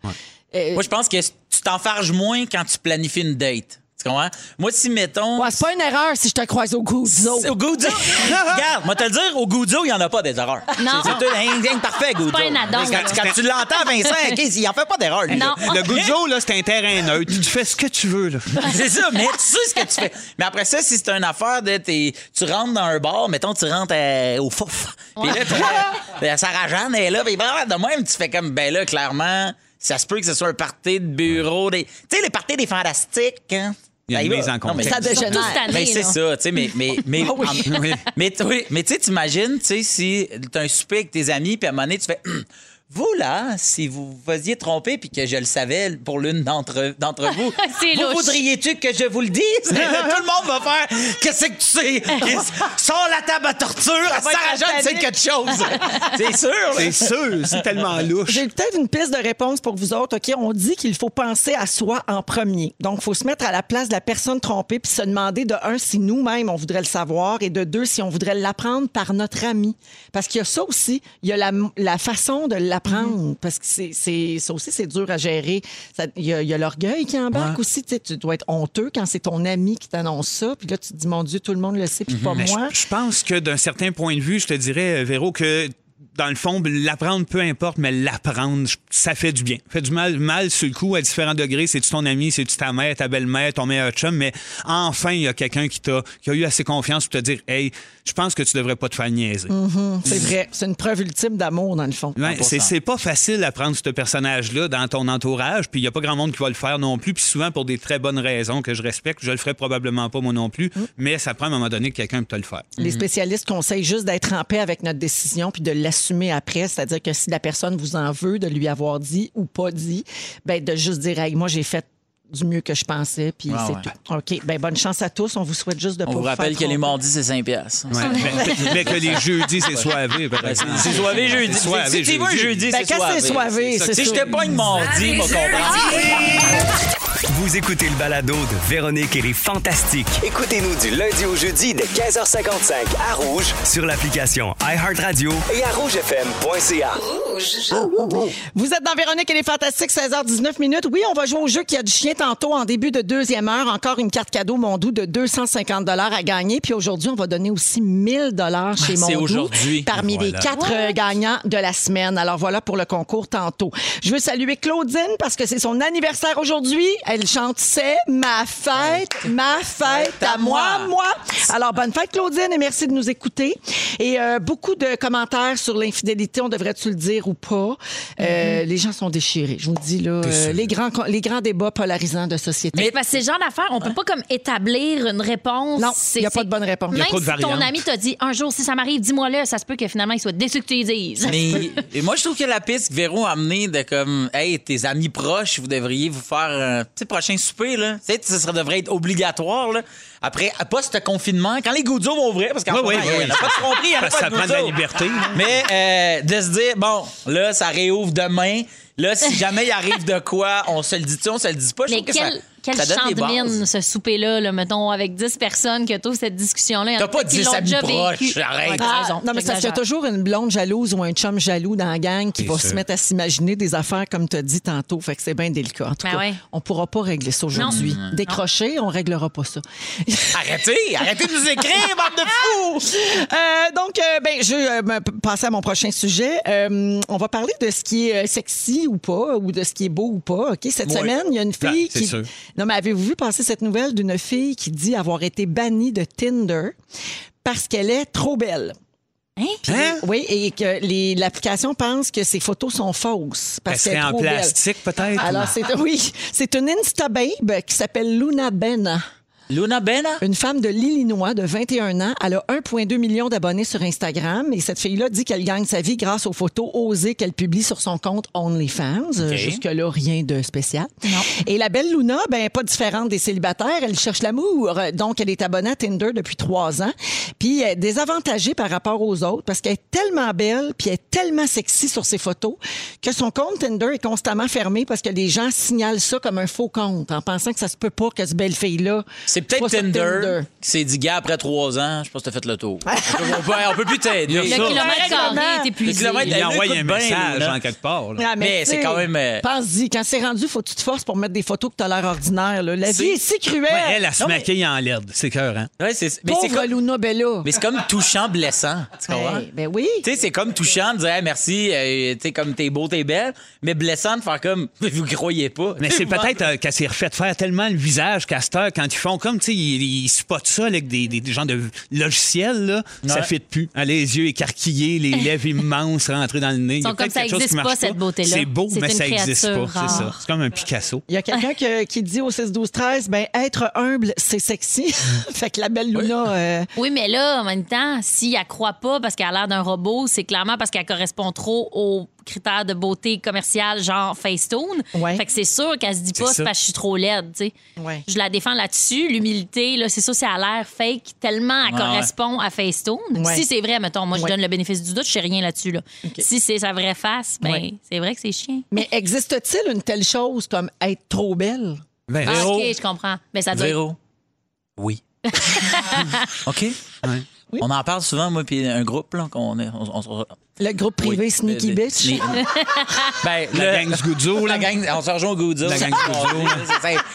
Speaker 1: Euh,
Speaker 4: Moi, je pense que tu t'enfarges moins quand tu planifies une date. Tu comprends? Moi, si, mettons.
Speaker 1: ouais, c'est pas une erreur si je te croise au goût.
Speaker 4: C'est Au Goudzo. Regarde, moi te le dire, au Goudzo, il n'y en a pas des erreurs.
Speaker 6: Non.
Speaker 4: C'est tout un, un parfait, Goudzo.
Speaker 6: pas un addon,
Speaker 4: Quand,
Speaker 6: là.
Speaker 4: quand tu l'entends, Vincent, ok, il n'en fait pas d'erreur, lui.
Speaker 6: Non.
Speaker 2: le Guzzo, là, c'est un terrain neutre. Tu fais ce que tu veux. Là.
Speaker 4: C'est ça, mais tu sais ce que tu fais. Mais après ça, si c'est une affaire de. t'es- tu rentres dans un bar, mettons, tu rentres euh, au fouf. Puis là, t'as- euh, Sarah Jeanne est là. Puis bah, de même, tu fais comme, ben là, clairement, ça se peut que ce soit un party de bureau. Des... Tu sais, les parties des fantastiques, hein?
Speaker 2: Il y a une
Speaker 4: Ben,
Speaker 2: mise en
Speaker 4: non,
Speaker 2: contexte.
Speaker 4: mais-
Speaker 1: Ça dégénère.
Speaker 6: Surtout cette année.
Speaker 4: Ben, c'est
Speaker 6: là.
Speaker 4: ça, tu sais, mais, mais, mais, en-
Speaker 2: Oui.
Speaker 4: mais, t- oui, mais tu sais, t'imagines, tu sais, si t'as un souper avec tes amis, puis à un moment donné, tu fais, Hum, Vous, là, si vous vosiez tromper puis que je le savais pour l'une d'entre, d'entre vous,
Speaker 6: C'est
Speaker 4: vous
Speaker 6: louche.
Speaker 4: voudriez-tu que je vous le dise? Et là, tout le monde va faire Qu'est-ce que tu sais? Qu'est-ce- Sors la table à torture, Sarah Jeanne sait quelque chose. C'est sûr, là.
Speaker 2: C'est sûr, c'est tellement louche.
Speaker 1: J'ai peut-être une piste de réponse pour vous autres. OK, on dit qu'il faut penser à soi en premier. Donc, il faut se mettre à la place de la personne trompée puis se demander de un si nous-mêmes on voudrait le savoir et de deux si on voudrait l'apprendre par notre ami. Parce qu'il y a ça aussi, il y a la, la façon de l'apprendre
Speaker 2: Mm-hmm.
Speaker 1: parce que c'est, c'est- ça aussi c'est dur à gérer. Ça- Il y a, il y a l'orgueil qui embarque aussi. Tu sais, tu dois être honteux quand c'est ton ami qui t'annonce ça puis là tu te dis mon Dieu tout le monde le sait puis pas
Speaker 2: Mm-hmm. Mais je-
Speaker 1: moi.
Speaker 2: je, pense que d'un certain point de vue, je te dirais, euh, Véro, que dans le fond, l'apprendre, peu importe, mais l'apprendre, je- ça fait du bien. Fait du mal, mal sur le coup, à différents degrés. C'est-tu ton ami, c'est-tu ta mère, ta belle-mère, ton meilleur chum, mais enfin, il y a quelqu'un qui, t'a- qui a eu assez confiance pour te dire, hey, je pense que tu devrais pas te faire niaiser.
Speaker 1: C'est vrai, c'est une preuve ultime d'amour dans le fond.
Speaker 2: Ouais, c'est, c'est pas facile à prendre ce personnage-là dans ton entourage, puis il y a pas grand monde qui va le faire non plus, puis souvent pour des très bonnes raisons que je respecte. Je le ferai probablement pas moi non plus, mais ça prend à un moment donné que quelqu'un peut te le faire.
Speaker 1: Les
Speaker 4: Mm-hmm.
Speaker 1: spécialistes conseillent juste d'être en paix avec notre décision puis de l'assumer après, c'est-à-dire que si la personne vous en veut de lui avoir dit ou pas dit, ben de juste dire Hey, moi j'ai fait du mieux que je pensais puis
Speaker 4: Ah
Speaker 1: c'est
Speaker 4: ouais.
Speaker 1: tout. OK, ben bonne chance à tous, on vous souhaite juste de pas
Speaker 4: On vous
Speaker 1: faire
Speaker 4: rappelle que
Speaker 1: tromper.
Speaker 4: les mardis, c'est 5 piastres.
Speaker 2: Ouais, mais, mais que les jeudis, c'est soivé. par
Speaker 4: Ouais, c'est-
Speaker 2: exemple.
Speaker 4: C'est soivé jeudi.
Speaker 2: C'est soivé
Speaker 4: Si tu y vas un
Speaker 2: jeudi.
Speaker 4: jeudi,
Speaker 1: Ben,
Speaker 4: c'est
Speaker 1: quand
Speaker 4: soivé.
Speaker 1: c'est soivé, c'est
Speaker 4: Si je
Speaker 1: sûr.
Speaker 4: te pogne mardi, mon comprendre.
Speaker 5: Vous écoutez le balado de Véronique et les Fantastiques
Speaker 7: Écoutez-nous du lundi au jeudi dès 15h55 à Rouge
Speaker 5: sur l'application iHeartRadio.
Speaker 7: et à rougefm.ca.
Speaker 1: Vous êtes dans Véronique et les Fantastiques, 16h19 minutes. Oui, on va jouer au jeu qui a du chien tantôt en début de deuxième heure. Encore une carte cadeau Mondou de 250 à gagner. Puis aujourd'hui, on va donner aussi 1000 dollars chez
Speaker 4: Ben, C'est
Speaker 1: Mondou.
Speaker 4: aujourd'hui.
Speaker 1: Parmi les
Speaker 4: Voilà.
Speaker 1: quatre euh, gagnants de la semaine. Alors voilà pour le concours tantôt. Je veux saluer Claudine parce que c'est son anniversaire aujourd'hui. Elle chante C'est ma fête, ma fête à moi, moi. Alors bonne fête Claudine et merci de nous écouter. Et euh, beaucoup de commentaires sur l'infidélité, on devrait-tu le dire ou pas. Euh,
Speaker 6: Mm-hmm.
Speaker 1: Les gens sont déchirés. Je vous dis là, euh, les, grands, con- les grands débats polarisants de société.
Speaker 6: Mais parce que c'est le genre d'affaires, on peut pas comme établir une réponse.
Speaker 1: Non,
Speaker 6: C'est-
Speaker 1: y a pas
Speaker 6: c'est-
Speaker 1: de bonne réponse.
Speaker 6: Même
Speaker 2: Y a trop de
Speaker 6: si ton
Speaker 2: variantes.
Speaker 6: ami t'a dit un jour, si ça m'arrive, dis-moi-le, ça se peut que finalement il soit déçu que tu lui dises.
Speaker 4: Mais et moi, je trouve que la piste que Véro a amenée de comme, hey, tes amis proches, vous devriez vous faire un petit prochain souper, là. Tu sais, ça serait- devrait être obligatoire, là. Après, pas ce confinement, quand les goudzos vont ouvrir, parce qu'en
Speaker 2: Oui,
Speaker 4: ce
Speaker 2: oui,
Speaker 4: moment,
Speaker 2: oui.
Speaker 4: on n'a pas de compris, il y en a
Speaker 2: Parce que
Speaker 4: pas
Speaker 2: ça
Speaker 4: de
Speaker 2: prend de la
Speaker 4: goudzos.
Speaker 2: liberté.
Speaker 4: Mais euh, de se dire, bon, là, ça réouvre demain. Là, si jamais il arrive de quoi, on se le dit-tu, on se le dit pas. Je
Speaker 6: Mais
Speaker 4: trouve que ça,
Speaker 6: quel, quel
Speaker 4: ça
Speaker 6: champ
Speaker 4: donne des
Speaker 6: de
Speaker 4: bases.
Speaker 6: mine, ce souper-là, là, mettons, avec 10 personnes que t'ouvres cette discussion-là. Il y en
Speaker 4: T'as
Speaker 6: a
Speaker 4: pas
Speaker 6: peut-être qui
Speaker 4: 10
Speaker 6: l'ont
Speaker 4: amis
Speaker 6: déjà
Speaker 4: proches,
Speaker 6: vécu.
Speaker 4: arrête.
Speaker 6: Ouais, t'as
Speaker 1: Ah,
Speaker 6: raison,
Speaker 1: non, mais c'est parce qu'il y a
Speaker 6: t'exagères.
Speaker 1: toujours une blonde jalouse ou un chum jaloux dans la gang qui
Speaker 2: C'est
Speaker 1: va
Speaker 2: sûr.
Speaker 1: se mettre à s'imaginer des affaires comme tu as dit tantôt. Fait que c'est bien délicat. En tout
Speaker 6: Ben
Speaker 1: cas,
Speaker 6: ouais.
Speaker 1: on pourra pas régler ça aujourd'hui. Décrocher, on réglera pas ça.
Speaker 4: Arrêtez, arrêtez de nous écrire, bande de fous!
Speaker 1: Euh, donc, euh, ben, je vais euh, me p- passer à mon prochain sujet. Euh, on va parler de ce qui est euh, sexy ou pas, ou de ce qui est beau ou pas. Ok, Cette
Speaker 2: Ouais.
Speaker 1: semaine, il y a une fille
Speaker 2: Ah, c'est
Speaker 1: qui...
Speaker 2: sûr.
Speaker 1: Non, mais avez-vous vu passer cette nouvelle d'une fille qui dit avoir été bannie de Tinder parce qu'elle est trop belle?
Speaker 2: Hein?
Speaker 1: Oui, et que les- l'application pense que ces photos sont fausses.
Speaker 2: Elle
Speaker 1: Parce
Speaker 2: serait
Speaker 1: qu'elle est
Speaker 2: en
Speaker 1: trop belle.
Speaker 2: plastique, peut-être.
Speaker 1: Alors, c'est, oui, c'est une Instababe qui s'appelle Luna Bena.
Speaker 4: Luna Bena?
Speaker 1: Une femme de l'Illinois de 21 ans. Elle a 1,2 million d'abonnés sur Instagram et cette fille-là dit qu'elle gagne sa vie grâce aux photos osées qu'elle publie sur son compte OnlyFans. Euh, Jusque-là, rien de spécial. Et la belle Luna, ben, pas différente des célibataires. Elle cherche l'amour. Donc, elle est abonnée à Tinder depuis trois ans. Puis, elle est désavantagée par rapport aux autres parce qu'elle est tellement belle puis elle est tellement sexy sur ses photos que son compte Tinder est constamment fermé parce que les gens signalent ça comme un faux compte en pensant que ça se peut pas que cette belle fille-là
Speaker 4: C'est
Speaker 1: soit
Speaker 4: peut-être
Speaker 1: sur
Speaker 4: Tinder qui s'est dit, gars, après trois ans, je pense que t'as fait le tour. on, peut, on peut- on peut plus t'aider.
Speaker 2: Il y a
Speaker 6: Le
Speaker 2: Ça.
Speaker 6: kilomètre carré est
Speaker 4: Le
Speaker 6: épuisé.
Speaker 4: kilomètre-
Speaker 2: Il
Speaker 4: elle
Speaker 2: envoie
Speaker 4: l'écoute
Speaker 2: un
Speaker 4: bien,
Speaker 2: message
Speaker 4: là.
Speaker 2: en quelque part. là.
Speaker 1: Ah,
Speaker 4: Mais
Speaker 1: tu
Speaker 4: c'est
Speaker 1: sais,
Speaker 4: quand même, euh,
Speaker 1: Pense-y, quand c'est rendu, faut que tu te forces pour mettre des photos que t'as l'air ordinaire. là. La vie est si cruelle.
Speaker 2: Ouais, elle, elle se
Speaker 1: Non, mais
Speaker 2: maquille en LED. C'est cœur, hein?
Speaker 4: Ouais, c'est- mais c'est
Speaker 1: Pauvre
Speaker 4: comme,
Speaker 1: Luna Bella.
Speaker 4: mais c'est comme touchant, blessant. Tu comprends?
Speaker 1: Hey, ben oui.
Speaker 4: Tu sais, c'est comme touchant de dire Hey, merci, euh, tu sais, comme t'es beau, t'es belle, mais blessant de faire comme vous croyez pas.
Speaker 2: Mais c'est peut-être euh, qu'elle s'est refaite faire tellement le visage qu'à cette heure, quand ils font comme, tu sais, ils, ils spottent ça avec des, des, des genres de logiciels, là, ça
Speaker 4: Ouais.
Speaker 2: fait plus. Elle a les yeux écarquillés, les lèvres immenses rentrées dans le nez. Il y
Speaker 6: sont
Speaker 2: a peut-être
Speaker 6: comme ça
Speaker 2: quelque chose qui
Speaker 6: existe
Speaker 2: marche
Speaker 6: pas, cette beauté-là.
Speaker 2: C'est beau,
Speaker 6: C'est
Speaker 2: mais
Speaker 6: une
Speaker 2: ça existe pas.
Speaker 6: créature
Speaker 2: C'est ça.
Speaker 6: rare.
Speaker 2: C'est comme un Picasso.
Speaker 1: Il y a quelqu'un que- qui dit au 6-12-13, ben, être humble, c'est sexy. fait que la belle Luna, euh,
Speaker 6: Oui, mais là, en même temps, si elle croit pas parce qu'elle a l'air d'un robot, c'est clairement parce qu'elle correspond trop au critères de beauté commerciale, genre Facetune.
Speaker 1: Ouais.
Speaker 6: Fait que c'est sûr qu'elle se dit pas,
Speaker 2: ça.
Speaker 6: c'est parce que je suis trop laide, tu sais.
Speaker 1: Ouais.
Speaker 6: Je la défends là-dessus. L'humilité, là, c'est sûr, c'est à l'air fake, tellement elle
Speaker 4: Ouais,
Speaker 6: correspond à Facetune.
Speaker 1: Ouais.
Speaker 6: Si c'est vrai, mettons, moi, je
Speaker 1: Ouais.
Speaker 6: donne le bénéfice du doute, je sais rien là-dessus, là. Si c'est sa vraie face, ben,
Speaker 1: Ouais.
Speaker 6: c'est vrai que c'est chiant.
Speaker 1: Mais existe-t-il une telle chose comme être trop belle?
Speaker 2: Ben,
Speaker 6: Ah,
Speaker 2: Véro,
Speaker 6: OK, je comprends. Mais ça doit être-
Speaker 4: Véro. Oui. OK?
Speaker 2: Ah.
Speaker 1: Oui.
Speaker 4: On en parle souvent, moi, puis un groupe, là, qu'on est. On, on-
Speaker 1: Le groupe
Speaker 4: oui.
Speaker 1: privé Sneaky
Speaker 4: Euh,
Speaker 1: Bitch?
Speaker 4: Sne- ben,
Speaker 2: la
Speaker 4: le-
Speaker 2: gang du Guzzo,
Speaker 4: La
Speaker 2: là.
Speaker 4: gang, on se rejoint au Goudzo.
Speaker 2: La gang du Goudzo.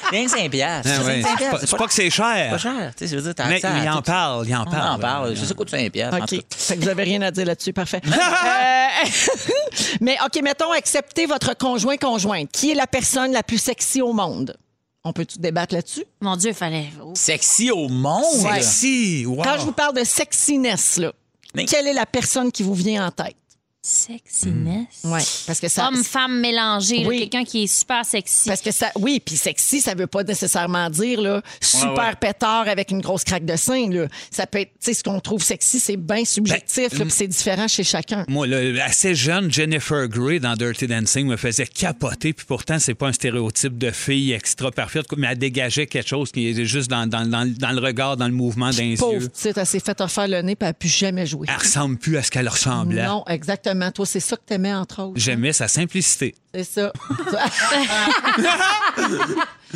Speaker 4: Rien que 5 piastres.
Speaker 2: Ah, ouais.
Speaker 4: 5
Speaker 2: C'est pas-
Speaker 4: piastres.
Speaker 2: C'est pas que c'est
Speaker 4: c'est
Speaker 2: cher.
Speaker 4: pas cher. Tu sais, je veux dire, t'as
Speaker 2: Mais
Speaker 4: accès à
Speaker 2: il en
Speaker 4: tout-
Speaker 2: parle, il en
Speaker 4: On en
Speaker 2: parle. Ah.
Speaker 4: parle. Je sais quoi de 5 piastres. en tout
Speaker 1: OK.
Speaker 4: cas.
Speaker 1: Fait que vous avez rien à dire là-dessus. Parfait. Euh, mais OK, mettons, acceptez votre conjoint-conjointe. Qui est la personne la plus sexy au monde? On peut-tu débattre là-dessus?
Speaker 6: Mon Dieu, il fallait. oh.
Speaker 4: Sexy au monde.
Speaker 2: Sexy, wow.
Speaker 1: Quand je vous parle de sexiness, là,
Speaker 4: Mais-
Speaker 1: quelle est la personne qui vous vient en tête?
Speaker 6: Sexiness.
Speaker 1: Oui, parce que ça...
Speaker 6: Homme-femme mélangée, là,
Speaker 1: Mm. Oui.
Speaker 6: quelqu'un qui est super sexy.
Speaker 1: Parce que ça, oui, puis sexy, ça veut pas nécessairement dire là, super pétard avec une grosse craque de sein. Là. Ça peut être, tu sais, ce qu'on trouve sexy, c'est bien subjectif,
Speaker 4: Ben, mm.
Speaker 1: là, puis c'est différent chez chacun.
Speaker 2: Moi, là, assez jeune, Jennifer Grey dans Dirty Dancing me faisait capoter, puis pourtant, c'est pas un stéréotype de fille extra parfaite, mais elle dégageait quelque chose qui est juste dans, dans- dans- dans le regard, dans le mouvement d'un
Speaker 1: Pauvre,
Speaker 2: yeux.
Speaker 1: tu sais, elle s'est fait offrir le nez, puis elle a plus jamais jouer.
Speaker 4: Ah,
Speaker 2: Elle ressemble plus à ce qu'elle ressemblait.
Speaker 1: Non, exactement. Toi, c'est ça que t'aimais, entre autres.
Speaker 2: J'aimais sa simplicité.
Speaker 1: C'est ça.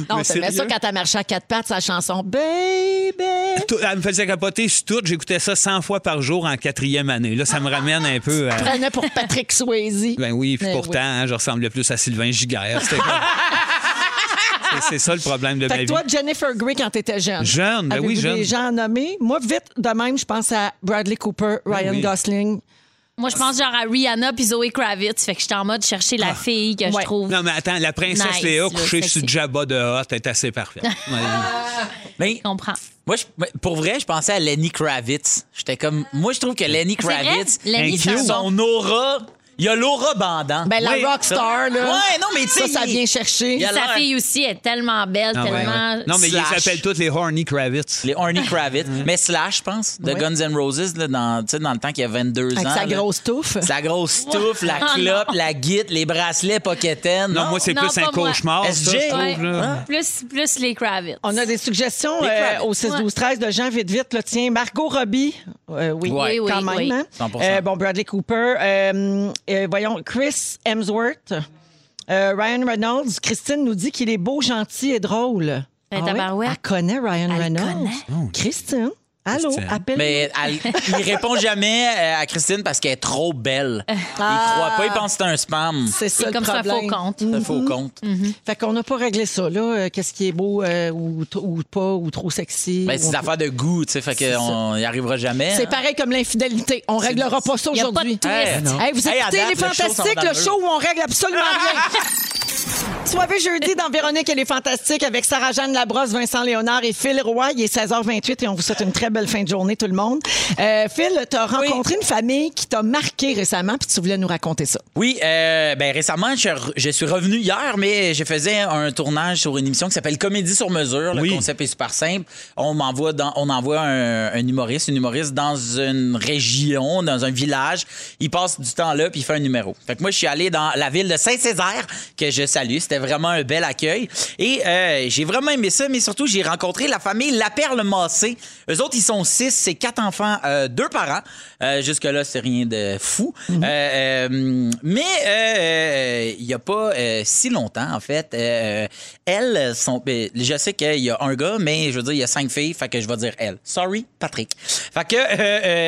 Speaker 1: non,
Speaker 2: Mais
Speaker 1: t'aimais ça
Speaker 2: sérieux?
Speaker 1: quand t'as marché à quatre pattes, sa chanson « Baby ».
Speaker 2: Tout- elle me faisait capoter sur tout. J'écoutais ça 100 fois par jour en quatrième année. Là, ça me ramène un peu à...
Speaker 1: Prenais pour Patrick Swayze.
Speaker 2: Ben oui, puis
Speaker 1: Mais
Speaker 2: pourtant,
Speaker 1: oui.
Speaker 2: hein, je ressemblais plus à Sylvain Giguère. C'était comme- C'est- C'est ça le problème de ma
Speaker 1: Fait que
Speaker 2: vie.
Speaker 1: toi, Jennifer Grey, quand t'étais jeune.
Speaker 2: Jeune, ben
Speaker 1: avez-vous
Speaker 2: oui, jeune.
Speaker 1: des gens nommés. Moi, vite, de même, je pense à Bradley Cooper, Ryan
Speaker 2: Ben oui.
Speaker 1: Gosling.
Speaker 6: Moi, je pense genre à Rihanna puis Zoé Kravitz. Fait que j'étais en mode chercher la fille que
Speaker 1: ouais.
Speaker 6: je trouve.
Speaker 2: Non, mais attends, la princesse
Speaker 6: Nice,
Speaker 2: Léa
Speaker 6: là,
Speaker 2: couchée
Speaker 6: sexy.
Speaker 2: sur Jabba de Hot est assez parfaite. Ouais.
Speaker 4: Mais
Speaker 6: Je comprends.
Speaker 4: moi, je- mais pour vrai, je pensais à Lenny Kravitz. J'étais comme. Moi, je trouve que Lenny
Speaker 6: C'est vrai?
Speaker 4: Kravitz,
Speaker 6: Lenny, c'est un bon.
Speaker 4: son aura, il y a l'aura bandant.
Speaker 1: Ben, la
Speaker 4: Oui,
Speaker 1: rockstar,
Speaker 4: ça-
Speaker 1: là.
Speaker 4: Ouais, non, mais tu sais.
Speaker 1: Ça, ça
Speaker 4: il-
Speaker 1: vient chercher.
Speaker 4: il y a
Speaker 6: Sa
Speaker 4: l'air-
Speaker 6: fille aussi est tellement belle,
Speaker 2: Ah, ouais,
Speaker 6: tellement.
Speaker 2: ouais. Non, mais ils
Speaker 4: Slash.
Speaker 2: s'appellent tous les Horny Kravitz.
Speaker 4: Les Arnie Kravitz. mais Slash, je pense, de
Speaker 1: Oui.
Speaker 4: Guns N' Roses, là, dans, tu sais, dans le temps qu'il y a 22
Speaker 1: Avec
Speaker 4: ans.
Speaker 1: sa
Speaker 4: là.
Speaker 1: grosse touffe. Ah,
Speaker 4: Sa grosse touffe, la clope, la guite, les bracelets poquetaines.
Speaker 2: Non, moi, c'est
Speaker 6: Non,
Speaker 2: plus un
Speaker 6: pas moi.
Speaker 2: cauchemar, ça,
Speaker 4: SJ.
Speaker 2: je trouve. là.
Speaker 6: Ouais. Plus, plus les Kravitz.
Speaker 1: On a des suggestions
Speaker 4: Les
Speaker 1: euh,
Speaker 4: Kravitz.
Speaker 1: au 6 12 13 de Jean vite vite là tiens Margot Robbie euh, oui,
Speaker 4: Ouais.
Speaker 6: Oui,
Speaker 1: quand
Speaker 6: oui,
Speaker 1: même
Speaker 6: oui.
Speaker 1: hein.
Speaker 4: 100%.
Speaker 1: Euh, bon Bradley Cooper euh, euh, voyons Chris Hemsworth euh, Ryan Reynolds Christine nous dit qu'il est beau gentil et drôle
Speaker 6: Ben,
Speaker 1: oui?
Speaker 6: tabarouette.
Speaker 1: elle connaît Ryan
Speaker 6: Elle
Speaker 1: Reynolds
Speaker 4: Oh,
Speaker 1: Christine allô
Speaker 2: Christine.
Speaker 1: appelle
Speaker 4: Mais elle- il répond jamais euh, à Christine parce qu'elle est trop belle. Il croit pas, il pense que c'est un spam.
Speaker 1: Ah. c'est Mhm. ça
Speaker 6: C'est
Speaker 1: le
Speaker 6: comme ça, faux
Speaker 1: problème
Speaker 6: compte.
Speaker 4: C'est un faux compte. Ben,
Speaker 1: fait qu'on n'a pas réglé ça là euh, qu'est-ce qui est beau euh, ou, t- ou pas ou trop sexy
Speaker 4: Ben,
Speaker 1: ou
Speaker 4: c'est
Speaker 1: on
Speaker 4: des
Speaker 1: peut-
Speaker 4: affaires de goût, tu sais, fait qu'on y arrivera jamais.
Speaker 1: Mhm. C'est
Speaker 4: hein.
Speaker 1: pareil comme l'infidélité. On réglera pas ça
Speaker 6: Y a pas de
Speaker 1: aujourd'hui.
Speaker 6: twist.
Speaker 4: Hey, non.
Speaker 1: Hey, vous
Speaker 4: Hey,
Speaker 1: écoutez
Speaker 4: à date,
Speaker 1: les
Speaker 4: le show
Speaker 1: fantastiques,
Speaker 4: sont
Speaker 1: le
Speaker 4: dans
Speaker 1: show où on règle absolument rien. Soirée jeudi dans Véronique et les Fantastiques avec Sarah-Jeanne Labrosse, Vincent Léonard et Phil Roy. Il est 16h28 et on vous souhaite une très belle fin de journée, tout le monde. Euh, Phil, tu as rencontré une famille qui t'a marqué récemment puis tu voulais nous raconter ça.
Speaker 4: Oui, euh, ben récemment, je, re- je suis revenu hier, mais je faisais un tournage sur une émission qui s'appelle Comédie sur mesure. Le
Speaker 2: Oui.
Speaker 4: concept est super simple. On m'envoie dans, on envoie un, un humoriste, une humoriste dans une région, dans un village. Il passe du temps là, puis il fait un numéro. Fait que moi, je suis allé dans la ville de Saint-Césaire que je salue. C'était vraiment un bel accueil et euh, j'ai vraiment aimé ça, mais surtout j'ai rencontré la famille La Perle Massé. Eux autres, ils sont six, c'est quatre enfants, euh, deux parents. Euh, Jusque-là, c'est rien de fou. Euh, euh, mais euh, euh, il n'y a pas euh, si longtemps, en fait. euh, elles sont. euh, je sais qu'il y a un gars, mais je veux dire, il y a cinq filles, fait que je vais dire elles. Sorry, Patrick. Fait que euh,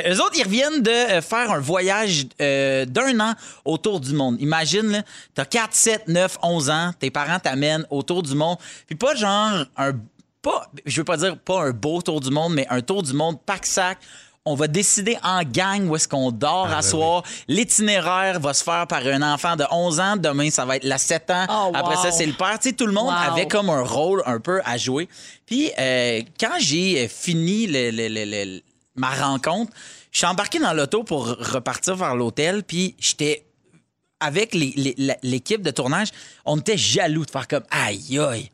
Speaker 4: euh, eux autres, ils reviennent de euh, faire un voyage euh, d'un an autour du monde. Imagine, là, t'as 4, 7, 9, 11 ans, tes parents t'amènent autour du monde. Puis pas genre un. Pas, je veux pas dire pas un beau tour du monde, mais un tour du monde pack-sac. On va décider en gang où est-ce qu'on dort à soir. L'itinéraire va se faire par un enfant de 11 ans. Demain, ça va être la 7 ans.
Speaker 1: Oh,
Speaker 4: Après ça,
Speaker 1: wow.
Speaker 4: c'est le père. Tu sais, tout le monde
Speaker 6: Wow.
Speaker 4: avait comme un rôle un peu à jouer. Puis euh, quand j'ai euh, fini le- le- le- le- ma rencontre, je suis embarqué dans l'auto pour repartir vers l'hôtel. Puis j'étais avec les- les- la- l'équipe de tournage, on était jaloux de faire comme aïe aïe.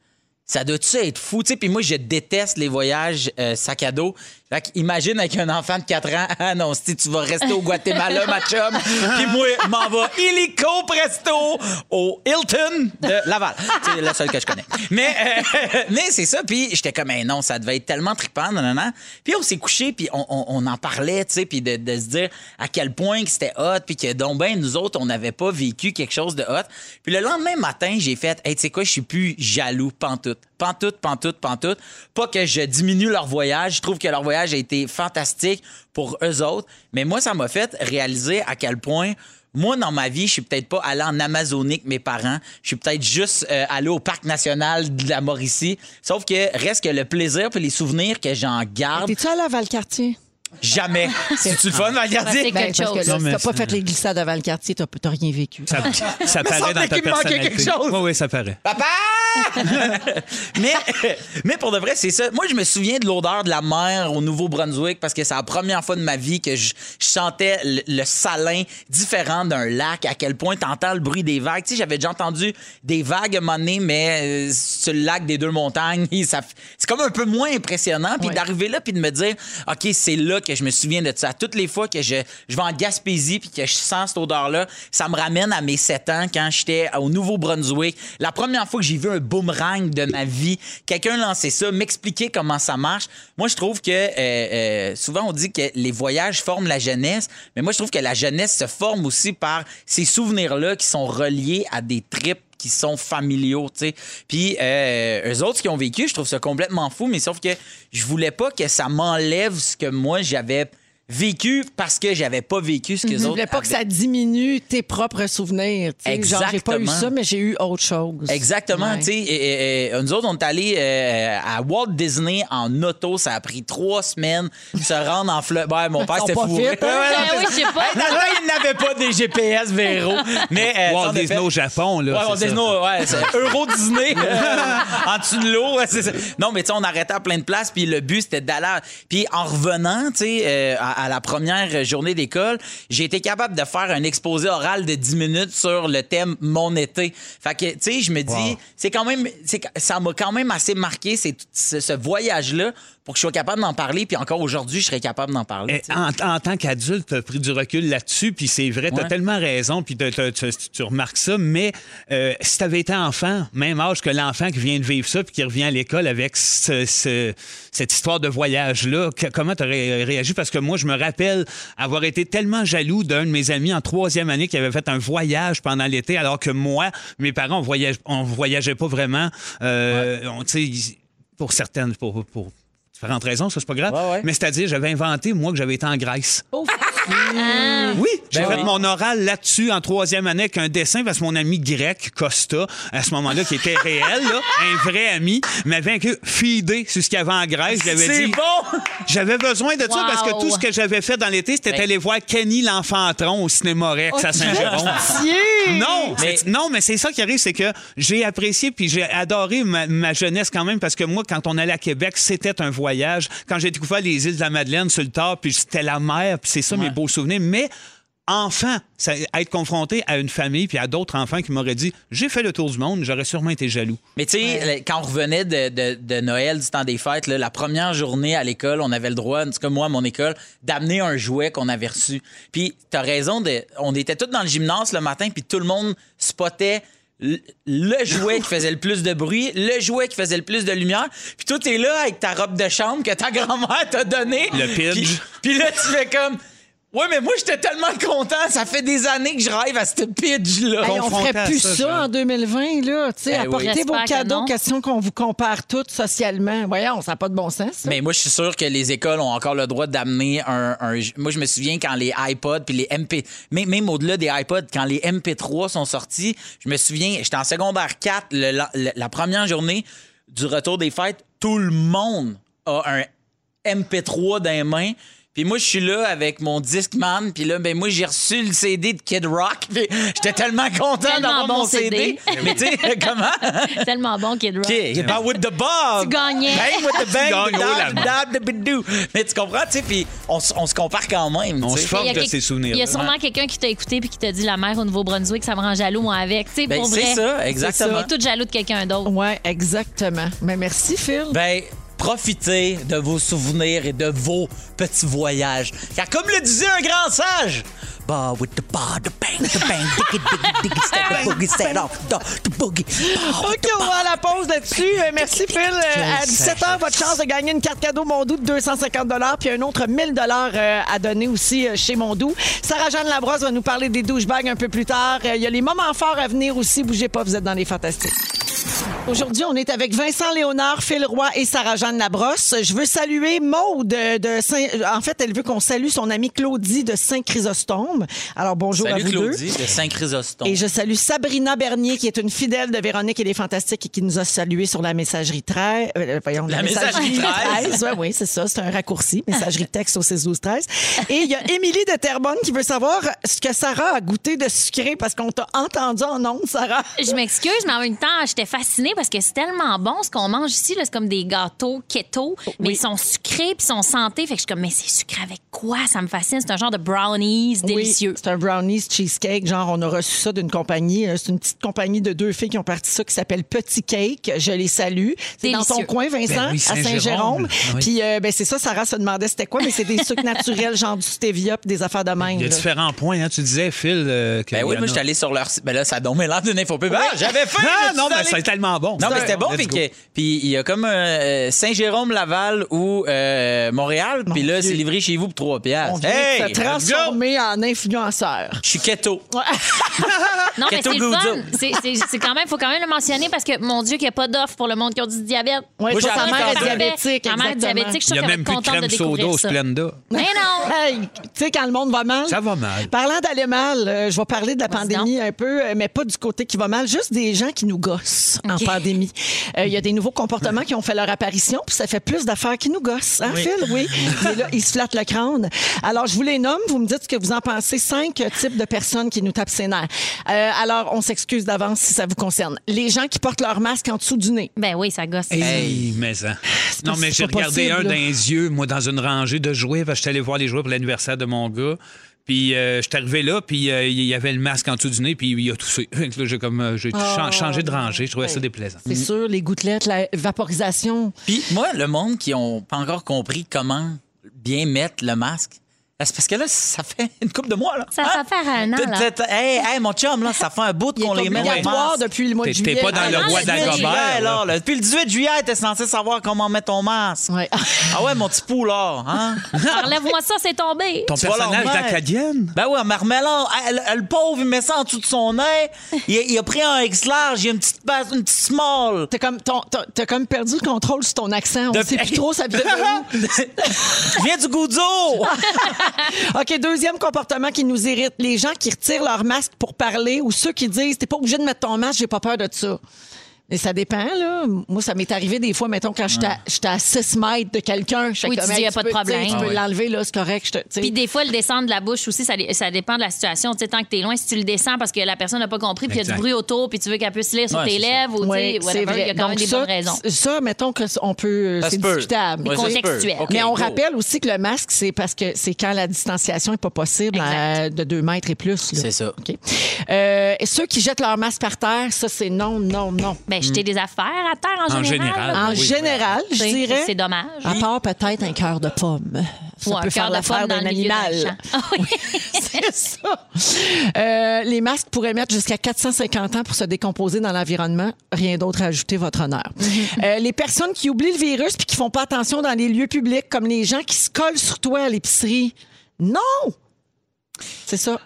Speaker 4: Ça doit-tu être fou? Tu sais, puis moi, je déteste les voyages euh, sac à dos. Fait imagine avec un enfant de 4 ans, ah non, si tu vas rester au Guatemala, ma chum, puis moi, m'en va illico presto au Hilton de Laval. C'est la seule que je connais. Mais, euh, mais c'est ça, puis j'étais comme, hey, non, ça devait être tellement trippant, non, non, non. Puis on s'est couché, puis on, on- on en parlait, tu sais, puis de, de se dire à quel point que c'était hot, puis que donc, ben, nous autres, on n'avait pas vécu quelque chose de hot. Puis le lendemain matin, j'ai fait, hey, tu sais quoi, je suis plus jaloux, pantoute pantoute, pantoute, pantoute. Pas que je diminue leur voyage. Je trouve que leur voyage a été fantastique pour eux autres. Mais moi, ça m'a fait réaliser à quel point. Moi, dans ma vie, je suis peut-être pas allé en Amazonie avec mes parents. Je suis peut-être juste euh, allé au parc national de la Mauricie. Sauf que reste que le plaisir et les souvenirs que j'en garde,
Speaker 1: T'es-tu allé à Valcartier?
Speaker 4: jamais. C'est-tu le fun, Valgardier?
Speaker 6: Ben, quelque
Speaker 1: parce que
Speaker 6: chose.
Speaker 1: là,
Speaker 2: Non, mais
Speaker 1: si t'as pas
Speaker 2: c'est-
Speaker 1: fait les glissades à Valcartier, t'as t'as rien vécu.
Speaker 2: Ça, ça paraît dans
Speaker 4: semblait
Speaker 2: ta
Speaker 4: qu'il me manquait
Speaker 2: personnalité.
Speaker 4: quelque chose.
Speaker 2: Oui, oui, ça paraît.
Speaker 4: Papa! mais, mais pour de vrai, c'est ça. Moi, je me souviens de l'odeur de la mer au Nouveau-Brunswick parce que c'est la première fois de ma vie que je, je sentais le, le salin différent d'un lac, à quel point t'entends le bruit des vagues. Tu sais, j'avais déjà entendu des vagues à un moment donné, mais euh, sur le lac des deux montagnes, et ça f- c'est comme un peu moins impressionnant. Puis
Speaker 1: Ouais.
Speaker 4: d'arriver là, puis de me dire, OK, c'est là que je me souviens de ça. Toutes les fois que je, je vais en Gaspésie, puis que je sens cette odeur-là, ça me ramène à mes 7 ans quand j'étais au Nouveau-Brunswick. La première fois que j'ai vu un boomerang de ma vie, quelqu'un lancer ça, m'expliquer comment ça marche. Moi, je trouve que euh, euh, souvent on dit que les voyages forment la jeunesse, mais moi, je trouve que la jeunesse se forme aussi par ces souvenirs-là qui sont reliés à des trips qui sont familiaux, tu sais. Puis euh, eux autres qui ont vécu, je trouve ça complètement fou, mais sauf que je voulais pas que ça m'enlève ce que moi j'avais vécu parce que j'avais pas vécu ce que les
Speaker 1: Mhm. Je
Speaker 4: autres.
Speaker 1: voulais pas que
Speaker 4: avaient.
Speaker 1: ça diminue tes propres souvenirs. tu sais. Genre, j'ai pas eu
Speaker 4: Exactement.
Speaker 1: ça, mais j'ai eu autre chose.
Speaker 4: Exactement,
Speaker 1: Ouais.
Speaker 4: tu sais, et- et- et nous autres on est allés euh, à Walt Disney en auto, ça a pris trois semaines de se rendre en Floride. Ouais, mon père
Speaker 1: Ils sont
Speaker 4: c'était
Speaker 1: pas
Speaker 4: fou.
Speaker 1: vite, hein?
Speaker 6: Ben oui, je sais pas.
Speaker 4: il n'avait pas des GPS Véro, mais euh, ça,
Speaker 2: Walt
Speaker 4: on a
Speaker 2: Disney
Speaker 4: fait-
Speaker 2: au Japon, là.
Speaker 4: Ouais, Walt
Speaker 2: c'est ça.
Speaker 4: Disney, ouais, c'est Euro Disney euh, en dessous de l'eau. ouais, c'est ça. non, mais tu sais, on arrêtait à plein de places, puis le but, c'était d'aller. à- Puis en revenant, tu sais, euh, à, à la première journée d'école, j'ai été capable de faire un exposé oral de 10 minutes sur le thème Mon été. Fait que, tu sais, je me dis, c'est quand même. c'est- Ça m'a quand même assez marqué, c'est, ce, ce voyage-là, pour que je sois capable d'en parler, puis encore aujourd'hui, je serais capable d'en parler.
Speaker 2: Eh,
Speaker 4: tu sais.
Speaker 2: en, en tant qu'adulte, tu as pris du recul là-dessus, puis c'est vrai, tu as
Speaker 4: Ouais.
Speaker 2: tellement raison, puis t'as- t'as- tu, tu remarques ça, mais euh, si tu avais été enfant, même âge que l'enfant qui vient de vivre ça, puis qui revient à l'école avec ce- ce- cette histoire de voyage-là, que- comment tu aurais réagi? Parce que moi, je me rappelle avoir été tellement jaloux d'un de mes amis en troisième année qui avait fait un voyage pendant l'été, alors que moi, mes parents, on voyage, on voyageait pas vraiment. Euh, on- tu sais, ils- pour certaines, pour, pour différentes raisons, ça, c'est pas grave.
Speaker 4: Ouais, ouais.
Speaker 2: Mais c'est-à-dire, j'avais inventé, moi, que j'avais été en Grèce.
Speaker 1: Oh.
Speaker 2: Oui, j'ai
Speaker 4: Ben
Speaker 2: fait
Speaker 4: oui.
Speaker 2: mon oral là-dessus en troisième année avec un dessin parce que mon ami grec, Costa, à ce moment-là, qui était réel, là, un vrai ami, m'avait un peu fidé sur ce qu'il y avait en Grèce. J'avais
Speaker 4: C'est
Speaker 2: dit,
Speaker 4: bon!
Speaker 2: j'avais besoin de ça
Speaker 6: Wow.
Speaker 2: parce que tout ce que j'avais fait dans l'été, c'était
Speaker 4: Ben.
Speaker 2: aller voir Kenny l'enfantron au cinéma Rex à Saint-Jérôme. Non,
Speaker 4: Mais-
Speaker 2: c'est- non, mais c'est ça qui arrive, c'est que j'ai apprécié puis j'ai adoré ma, ma jeunesse quand même parce que moi, quand on allait à Québec, c'était un voyage. Quand j'ai découvert les îles de la Madeleine sur le tard, puis c'était la mer, puis c'est ça mes beaux souvenirs. Mais enfant, ça- être confronté à une famille puis à d'autres enfants qui m'auraient dit j'ai fait le tour du monde, j'aurais sûrement été jaloux.
Speaker 4: Mais tu sais, le- quand on revenait de, de- de Noël, du temps des fêtes, là, la première journée à l'école, on avait le droit, en tout cas moi, à mon école, d'amener un jouet qu'on avait reçu. Puis t'as raison, de, on était tous dans le gymnase le matin, puis tout le monde spottait l- le jouet qui faisait le plus de bruit, le jouet qui faisait le plus de lumière, puis toi t'es là avec ta robe de chambre que ta grand-mère t'a donnée.
Speaker 2: Le pidge.
Speaker 4: Puis- Puis là tu fais comme... Ouais, mais moi, j'étais tellement content. Ça fait des années que je rêve à cette pitch-là.
Speaker 1: Hey, on
Speaker 2: confronté
Speaker 1: ferait
Speaker 2: à
Speaker 1: plus
Speaker 2: ça,
Speaker 1: ça,
Speaker 2: genre.
Speaker 1: en 2020, là. Tu sais,
Speaker 4: Eh oui.
Speaker 1: apportez vos
Speaker 6: J'espère que
Speaker 1: cadeaux,
Speaker 6: non.
Speaker 1: question qu'on vous compare toutes socialement. Voyons, ça n'a pas de bon sens. ça.
Speaker 4: Mais moi, je suis sûr que les écoles ont encore le droit d'amener un, un- Moi, je me souviens quand les iPods puis les MP. Même, même au-delà des iPods, quand les MP3 sont sortis, je me souviens, j'étais en secondaire 4, le- la, la- la première journée du retour des fêtes, tout le monde a un MP3 dans les mains. Puis moi, je suis là avec mon Discman. Puis là, ben moi, j'ai reçu le CD de Kid Rock. Puis j'étais tellement content
Speaker 6: Tellement
Speaker 4: d'avoir
Speaker 6: bon
Speaker 4: mon CD. Mais tu sais, comment?
Speaker 6: Tellement bon, Kid Rock.
Speaker 4: OK, ben with the bob.
Speaker 6: Tu gagnais.
Speaker 4: Bang with the bang,
Speaker 2: Tu gagnes, oh là.
Speaker 4: dab, dab, dab, bidou. Mais tu comprends, tu sais, puis on, s- on se compare quand même.
Speaker 2: On
Speaker 4: tu
Speaker 2: se
Speaker 4: sais.
Speaker 2: forme
Speaker 6: Ben, Il y a
Speaker 2: de
Speaker 6: quelqu-
Speaker 2: ces souvenirs.
Speaker 6: Il y a sûrement quelqu'un qui t'a écouté puis qui t'a dit la mère au Nouveau-Brunswick, ça me rend jaloux, moi, avec. Tu sais,
Speaker 4: Ben,
Speaker 6: pour
Speaker 4: c'est
Speaker 6: vrai.
Speaker 4: ça,
Speaker 6: On
Speaker 4: exactement.
Speaker 6: est tous jaloux de quelqu'un d'autre.
Speaker 1: Ouais, exactement. Mais merci, Phil.
Speaker 4: Ben, Profitez de vos souvenirs et de vos petits voyages. Car comme le disait un grand sage, bah with the bah, the bang, the bang, diggy, diggy, diggy, step the boogie, step off, the- the boogie. Bah,
Speaker 1: OK, on va à la pause là-dessus. Euh, merci, Phil. Euh, à
Speaker 4: Je sais,
Speaker 1: 17h, votre chance de gagner une carte cadeau Mondou de 250 puis un autre 1000 euh, à donner aussi euh, chez Mondou. Sarah-Jeanne Labrosse va nous parler des douchebags un peu plus tard. Euh, Il y a les moments forts à venir aussi. Bougez pas, vous êtes dans les fantastiques. Aujourd'hui, on est avec Vincent Léonard, Phil Roy et Sarah-Jeanne Labrosse. Je veux saluer Maude euh, de Saint... En fait, elle veut qu'on salue son amie Claudie de Saint-Chrysostome. Alors, bonjour à
Speaker 4: Salut
Speaker 1: vous deux.
Speaker 4: Claudie de Saint-Chrysostome.
Speaker 1: Et je salue Sabrina Bernier, qui est une fidèle de Véronique et les Fantastiques et qui nous a salués sur la messagerie 13. euh, voyons,
Speaker 4: La messagerie 13.
Speaker 1: Ouais, oui, c'est ça. C'est un raccourci. Messagerie texte au 6 12 13 Et il y a Émilie de Terrebonne qui veut savoir ce que Sarah a goûté de sucré parce qu'on t'a entendu en ondes, Sarah.
Speaker 6: Je m'excuse, mais en même temps, j'étais fascinée parce que c'est tellement bon ce qu'on mange ici. là. C'est comme des gâteaux keto, mais ils sont sucrés puis ils sont santé. Fait que je suis comme, mais c'est sucré avec quoi? Ça me fascine. C'est un genre de brownies délicieux.
Speaker 1: Oui, c'est un brownies cheesecake. Genre, on a reçu ça d'une compagnie. euh, C'est une petite compagnie de deux filles qui ont parti ça qui s'appelle Petit Cake. Je les salue. C'est dans ton
Speaker 6: Délicieux.
Speaker 1: coin, Vincent,
Speaker 2: Ben oui,
Speaker 1: à
Speaker 2: Saint-Jérôme.
Speaker 1: Saint-Jérôme.
Speaker 2: Oui.
Speaker 1: Puis, euh, ben, c'est ça, Sarah se demandait c'était quoi, mais c'est des sucres naturels, genre du stevia puis des affaires de même.
Speaker 2: Il y a
Speaker 1: là.
Speaker 2: différents points. Hein. Tu disais, Phil, euh, que.
Speaker 4: Ben oui,
Speaker 2: il y en
Speaker 4: moi, je
Speaker 2: a-
Speaker 4: suis allé sur leur site. Ben là, ça a donc l'air d'une info pub. Ah, j'avais faim! je
Speaker 2: Ah,
Speaker 4: suis
Speaker 2: non, mais
Speaker 4: allé-
Speaker 2: c'est tellement bon.
Speaker 4: Non, mais c'était bon.
Speaker 2: Let's
Speaker 4: Puis
Speaker 2: go.
Speaker 4: que- puis il y a comme euh, Saint-Jérôme-Laval ou euh, Montréal. Puis là, c'est livré chez vous pour 3
Speaker 1: On
Speaker 4: piastres.
Speaker 1: vient de
Speaker 4: Hey!
Speaker 1: se transformer en influenceur.
Speaker 4: Je suis keto.
Speaker 6: Non, mais
Speaker 4: Keto
Speaker 6: c'est le
Speaker 4: Goudzo.
Speaker 6: fun. C'est- c'est- C'est quand même, faut quand même le mentionner parce que, mon Dieu, qu'il n'y a pas d'offre pour le monde qui a du diabète.
Speaker 1: Ouais,
Speaker 4: Moi,
Speaker 1: toi,
Speaker 4: j'ai
Speaker 1: ta
Speaker 4: appris
Speaker 1: mère est
Speaker 4: tantôt.
Speaker 1: diabétique.
Speaker 6: Ma mère est
Speaker 1: exactement.
Speaker 6: diabétique, je suis
Speaker 2: Il n'y a
Speaker 6: sûre qu'elle
Speaker 2: même plus
Speaker 6: va être
Speaker 2: de
Speaker 6: contente de
Speaker 2: crème soda
Speaker 6: découvrir
Speaker 2: au
Speaker 6: ça.
Speaker 2: Splenda.
Speaker 6: Mais non!
Speaker 1: Hey, tu sais, quand le monde va mal.
Speaker 2: Ça va mal.
Speaker 1: Parlant d'aller mal, euh, je vais parler de la
Speaker 6: Vas-y
Speaker 1: pandémie un peu, euh, mais pas du côté qui va mal, juste des gens qui nous gossent en
Speaker 6: OK.
Speaker 1: pandémie. Euh, Il y a des nouveaux comportements qui ont fait leur apparition, puis ça fait plus d'affaires qui nous gossent. Hein, Phil? Oui. Et là, ils se flattent le crâne. Alors, je vous les nomme, vous me dites ce que vous en pensez. Cinq euh, types de personnes qui nous tapent ses nerfs. Euh, alors, on s'excuse d'avance si ça vous concerne. Les gens qui portent leur masque en dessous du nez.
Speaker 6: Ben oui, ça gosse.
Speaker 2: Hey, mais ça. Non,
Speaker 1: pas-
Speaker 2: mais
Speaker 1: c'est
Speaker 2: j'ai
Speaker 1: pas
Speaker 2: regardé
Speaker 1: possible,
Speaker 2: un
Speaker 1: là.
Speaker 2: dans les yeux, moi, dans une rangée de jouets. parce que J'étais allé voir les jouets pour l'anniversaire de mon gars. Puis, euh, j'étais arrivé là, puis euh, il y avait le masque en dessous du nez, puis il a toussé. Fait que là, j'ai comme. euh, J'ai chan- changé de rangée. Je trouvais ça déplaisant.
Speaker 1: C'est sûr, les gouttelettes, la vaporisation.
Speaker 4: Puis moi, le monde qui n'ont pas encore compris comment bien mettre le masque, c'est parce que là, ça fait une coupe de mois. Là. Hein?
Speaker 6: Ça, ça fait un an,
Speaker 4: T'as-
Speaker 6: là.
Speaker 4: t'as- t'as- Hey, hey, mon chum, là, ça fait un bout
Speaker 1: Il est
Speaker 4: qu'on les met dans le
Speaker 1: obligatoire
Speaker 4: masque.
Speaker 1: depuis le mois de
Speaker 2: T'es- t'es
Speaker 1: juillet.
Speaker 2: pas dans le
Speaker 6: Ah,
Speaker 2: roi
Speaker 6: c'est le
Speaker 4: Depuis le 18 juillet,
Speaker 2: d'Agobert. là.
Speaker 4: là, là. Depuis le 18 juillet, t'es censé savoir comment mettre ton masque.
Speaker 1: Ouais.
Speaker 4: Ah ouais, mon petit poulard, hein?
Speaker 6: Relève-moi ça, c'est tombé.
Speaker 2: Ton
Speaker 4: Tu vas leur
Speaker 2: personnage
Speaker 4: mettre.
Speaker 2: d'Acadienne?
Speaker 4: Ben oui, en marmelant, elle- elle- le pauvre, il met ça en dessous de son nez. Il, a- il a pris un X-large, il a une petite, base, une petite small.
Speaker 1: T'as comme, ton- t'as- t'as comme perdu le contrôle sur ton accent. On
Speaker 4: De-
Speaker 1: sait plus trop ça vient de
Speaker 4: Je viens du Goudzo!
Speaker 1: Ah, où. OK, deuxième comportement qui nous irrite. Les gens qui retirent leur masque pour parler ou ceux qui disent « T'es pas obligé de mettre ton masque, j'ai pas peur de ça. » Mais ça dépend, là. Moi, ça m'est arrivé des fois, mettons, quand j'étais à- j'étais à 6 mètres de quelqu'un. j'étais
Speaker 6: Oui, tu
Speaker 1: comme,
Speaker 6: dis,
Speaker 1: Hey,
Speaker 6: y a pas de
Speaker 1: peux-
Speaker 6: problème.
Speaker 1: tu sais,
Speaker 6: Ah
Speaker 1: Tu peux
Speaker 6: oui.
Speaker 1: l'enlever, là, c'est correct. je te- tu sais.
Speaker 6: Puis des fois, le descendre de la bouche aussi, ça, ça dépend de la situation. Tu sais, tant que t'es loin, si tu le descends parce que la personne n'a pas compris, puis il y a
Speaker 2: Exact.
Speaker 6: du bruit autour, puis tu veux qu'elle puisse lire sur
Speaker 4: Ouais,
Speaker 6: tes
Speaker 4: c'est ça.
Speaker 6: lèvres, ou tu
Speaker 1: Ouais,
Speaker 6: sais,
Speaker 1: c'est
Speaker 6: whatever,
Speaker 1: vrai.
Speaker 6: il y a quand même
Speaker 1: Donc
Speaker 6: des
Speaker 1: ça,
Speaker 6: bonnes raisons.
Speaker 1: c- Ça, mettons qu'on peut...
Speaker 4: Ça
Speaker 1: C'est
Speaker 4: se peut.
Speaker 1: discutable.
Speaker 4: Ouais, ça se peut.
Speaker 6: Contextuel.
Speaker 4: OK,
Speaker 1: Mais on
Speaker 4: go.
Speaker 1: rappelle aussi que le masque, c'est parce que c'est quand la distanciation n'est pas possible
Speaker 6: Exact.
Speaker 1: euh, de 2 mètres et plus. là.
Speaker 4: C'est ça.
Speaker 1: OK. Euh, et ceux qui jettent leur masque par terre, ça, c'est non, non, non.
Speaker 6: Ben, jeter des affaires à terre en,
Speaker 2: Hmm. En général,
Speaker 6: là.
Speaker 2: Ah,
Speaker 1: En
Speaker 2: oui.
Speaker 1: général, je
Speaker 6: Tu sais,
Speaker 1: dirais.
Speaker 6: C'est dommage.
Speaker 1: À part peut-être un cœur de pomme. Ça
Speaker 6: Ou un
Speaker 1: peut faire
Speaker 6: cœur de
Speaker 1: l'affaire
Speaker 6: pomme dans
Speaker 1: d'un
Speaker 6: le milieu d'un
Speaker 1: animal.
Speaker 6: champ. Ah oui.
Speaker 1: C'est ça. Euh, les masques pourraient mettre jusqu'à 450 ans pour se décomposer dans l'environnement. Rien d'autre à ajouter, votre honneur. Euh, les personnes qui oublient le virus puis qui font pas attention dans les lieux publics, comme les gens qui se collent sur toi à l'épicerie. Non! C'est ça.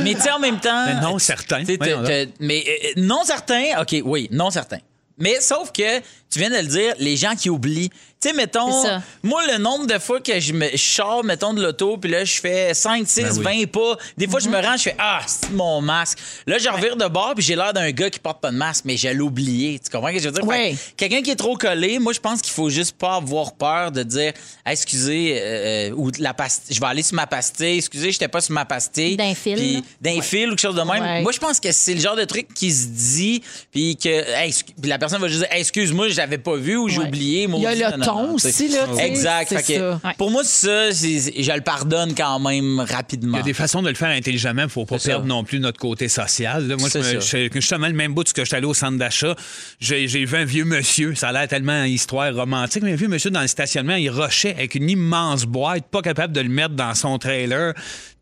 Speaker 4: Mais tu sais, en même temps.
Speaker 2: Mais Ben non, certain.
Speaker 4: Ah, Tu sais,
Speaker 2: Voyons
Speaker 4: t'as- t'as- mais euh, euh, non certain, OK, oui, non certain. Mais sauf que, tu viens de le dire, les gens qui oublient. Tu sais, mettons,
Speaker 6: C'est ça.
Speaker 4: moi, le nombre de fois que je me je sors, mettons, de l'auto, puis là, je fais 5, 6,
Speaker 2: Ben oui.
Speaker 4: 20 pas. Des fois,
Speaker 6: Mhm.
Speaker 4: je me rends, je fais Ah, c'est mon masque. Là, je revire de bord, puis j'ai l'air d'un gars qui porte pas de masque, mais je l'ai oublié. Tu comprends ce que je veux dire?
Speaker 1: Ouais.
Speaker 4: Fait que Quelqu'un qui est trop collé, moi, je pense qu'il faut juste pas avoir peur de dire Hey, Excusez, euh, euh, ou la pastille, je vais aller sur ma pastille, excusez, j'étais pas sur ma pastille.
Speaker 6: D'un fil,
Speaker 4: Puis
Speaker 6: là.
Speaker 4: D'un fil ou quelque chose de même.
Speaker 1: Ouais.
Speaker 4: Moi, je pense que c'est le genre de truc qui se dit, puis que hey, excu- puis la personne va juste dire Hey, excuse-moi, j'ai- j'avais pas vu ou j'ai
Speaker 6: Ouais.
Speaker 4: oublié.
Speaker 1: Il y a
Speaker 4: maudit,
Speaker 1: le
Speaker 4: non, non,
Speaker 1: ton
Speaker 4: non, tu sais.
Speaker 1: aussi, là, tu sais,
Speaker 4: Exact.
Speaker 1: c'est
Speaker 4: Fait que
Speaker 1: ça.
Speaker 6: Ouais.
Speaker 4: Pour moi, ça, c'est- je le pardonne quand même rapidement.
Speaker 2: Il y a des façons de le faire intelligemment. Il ne faut pas
Speaker 4: C'est ça.
Speaker 2: perdre non plus notre côté social. là. Moi, je
Speaker 4: C'est
Speaker 2: me-
Speaker 4: ça.
Speaker 2: je- justement, le même bout que je suis allé au centre d'achat, j'ai j'ai vu un vieux monsieur, ça a l'air tellement histoire romantique, mais un vieux monsieur dans le stationnement, il rushait avec une immense boîte, pas capable de le mettre dans son trailer.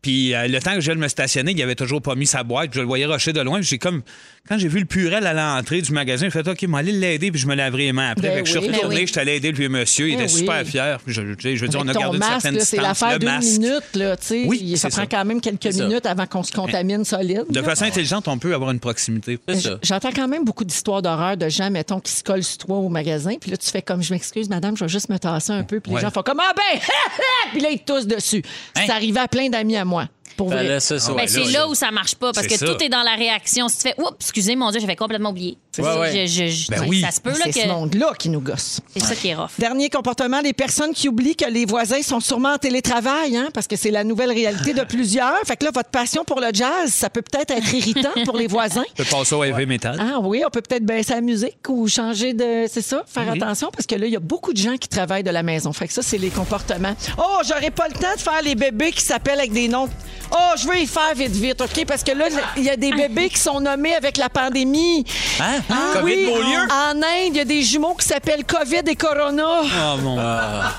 Speaker 2: Puis euh, le temps que je me stationnais, il avait toujours pas mis sa boîte. Je le voyais rusher de loin. J'ai comme quand j'ai vu le purel à l'entrée du magasin, j'ai fait OK, moi aller l'aider puis je me laverai les mains après.
Speaker 1: Ben
Speaker 2: Fait que je suis
Speaker 1: oui. Ben
Speaker 2: retourné,
Speaker 6: oui.
Speaker 2: je suis allé aider le vieux monsieur, il
Speaker 1: Ben
Speaker 2: était
Speaker 1: oui.
Speaker 2: super fier. Puis Je, je- je veux dire, on a
Speaker 1: Avec ton
Speaker 2: gardé une
Speaker 1: masque,
Speaker 2: certaine
Speaker 1: là, c'est
Speaker 2: distance.
Speaker 1: l'affaire
Speaker 2: Le
Speaker 1: d'une
Speaker 2: masque.
Speaker 1: minute, là, tu sais.
Speaker 2: Oui,
Speaker 1: Il- ça
Speaker 2: c'est
Speaker 1: prend
Speaker 2: ça.
Speaker 1: quand même quelques
Speaker 4: ça.
Speaker 1: minutes avant qu'on se contamine solide.
Speaker 2: De
Speaker 1: là.
Speaker 2: façon intelligente, on peut avoir une proximité.
Speaker 4: C'est ça.
Speaker 1: J'entends quand même beaucoup d'histoires d'horreur de gens, mettons, qui se collent sur toi au magasin. Puis là, tu fais comme, je m'excuse, madame, je vais juste me tasser un peu. Puis les
Speaker 2: Ouais.
Speaker 1: gens font comme, ah ben, puis là, ils tous dessus. C'est
Speaker 4: Hein?
Speaker 1: arrivé à plein d'amis à moi. Pour
Speaker 4: Ben
Speaker 1: vrai.
Speaker 4: là, ça,
Speaker 2: Ah,
Speaker 4: ça,
Speaker 6: Ben,
Speaker 4: ouais,
Speaker 6: c'est
Speaker 4: là,
Speaker 6: là où ça marche pas parce que
Speaker 2: C'est ça.
Speaker 6: tout est dans la réaction. Si tu fais, oups, excusez, mon Dieu, j'avais complètement oublié.
Speaker 4: Ouais, ouais.
Speaker 6: Je- je- je-
Speaker 2: Ben oui.
Speaker 6: Ça se peut, là,
Speaker 1: C'est
Speaker 6: que
Speaker 1: ce monde-là qui nous gosse.
Speaker 6: c'est ça qui est rough.
Speaker 1: Dernier comportement, les personnes qui oublient que les voisins sont sûrement en télétravail, hein, parce que c'est la nouvelle réalité de plusieurs. Fait que là, votre passion pour le jazz, ça peut peut-être être irritant pour les voisins.
Speaker 2: On peut passer au heavy metal.
Speaker 1: Ah oui, on peut peut-être baisser la musique ou changer de. C'est ça, faire attention parce que là, il y a beaucoup de gens qui travaillent de la maison. Fait que ça, c'est les comportements. Oh, j'aurais pas le temps de faire les bébés qui s'appellent avec des noms. Oh, je veux y faire vite, vite, OK? Parce que là, il y a des bébés qui sont nommés avec la pandémie.
Speaker 4: Hein?
Speaker 1: Ah
Speaker 4: Covid
Speaker 1: oui,
Speaker 4: Beaulieu?
Speaker 1: En Inde, il y a des jumeaux qui s'appellent Covid et Corona.
Speaker 2: Ah, mon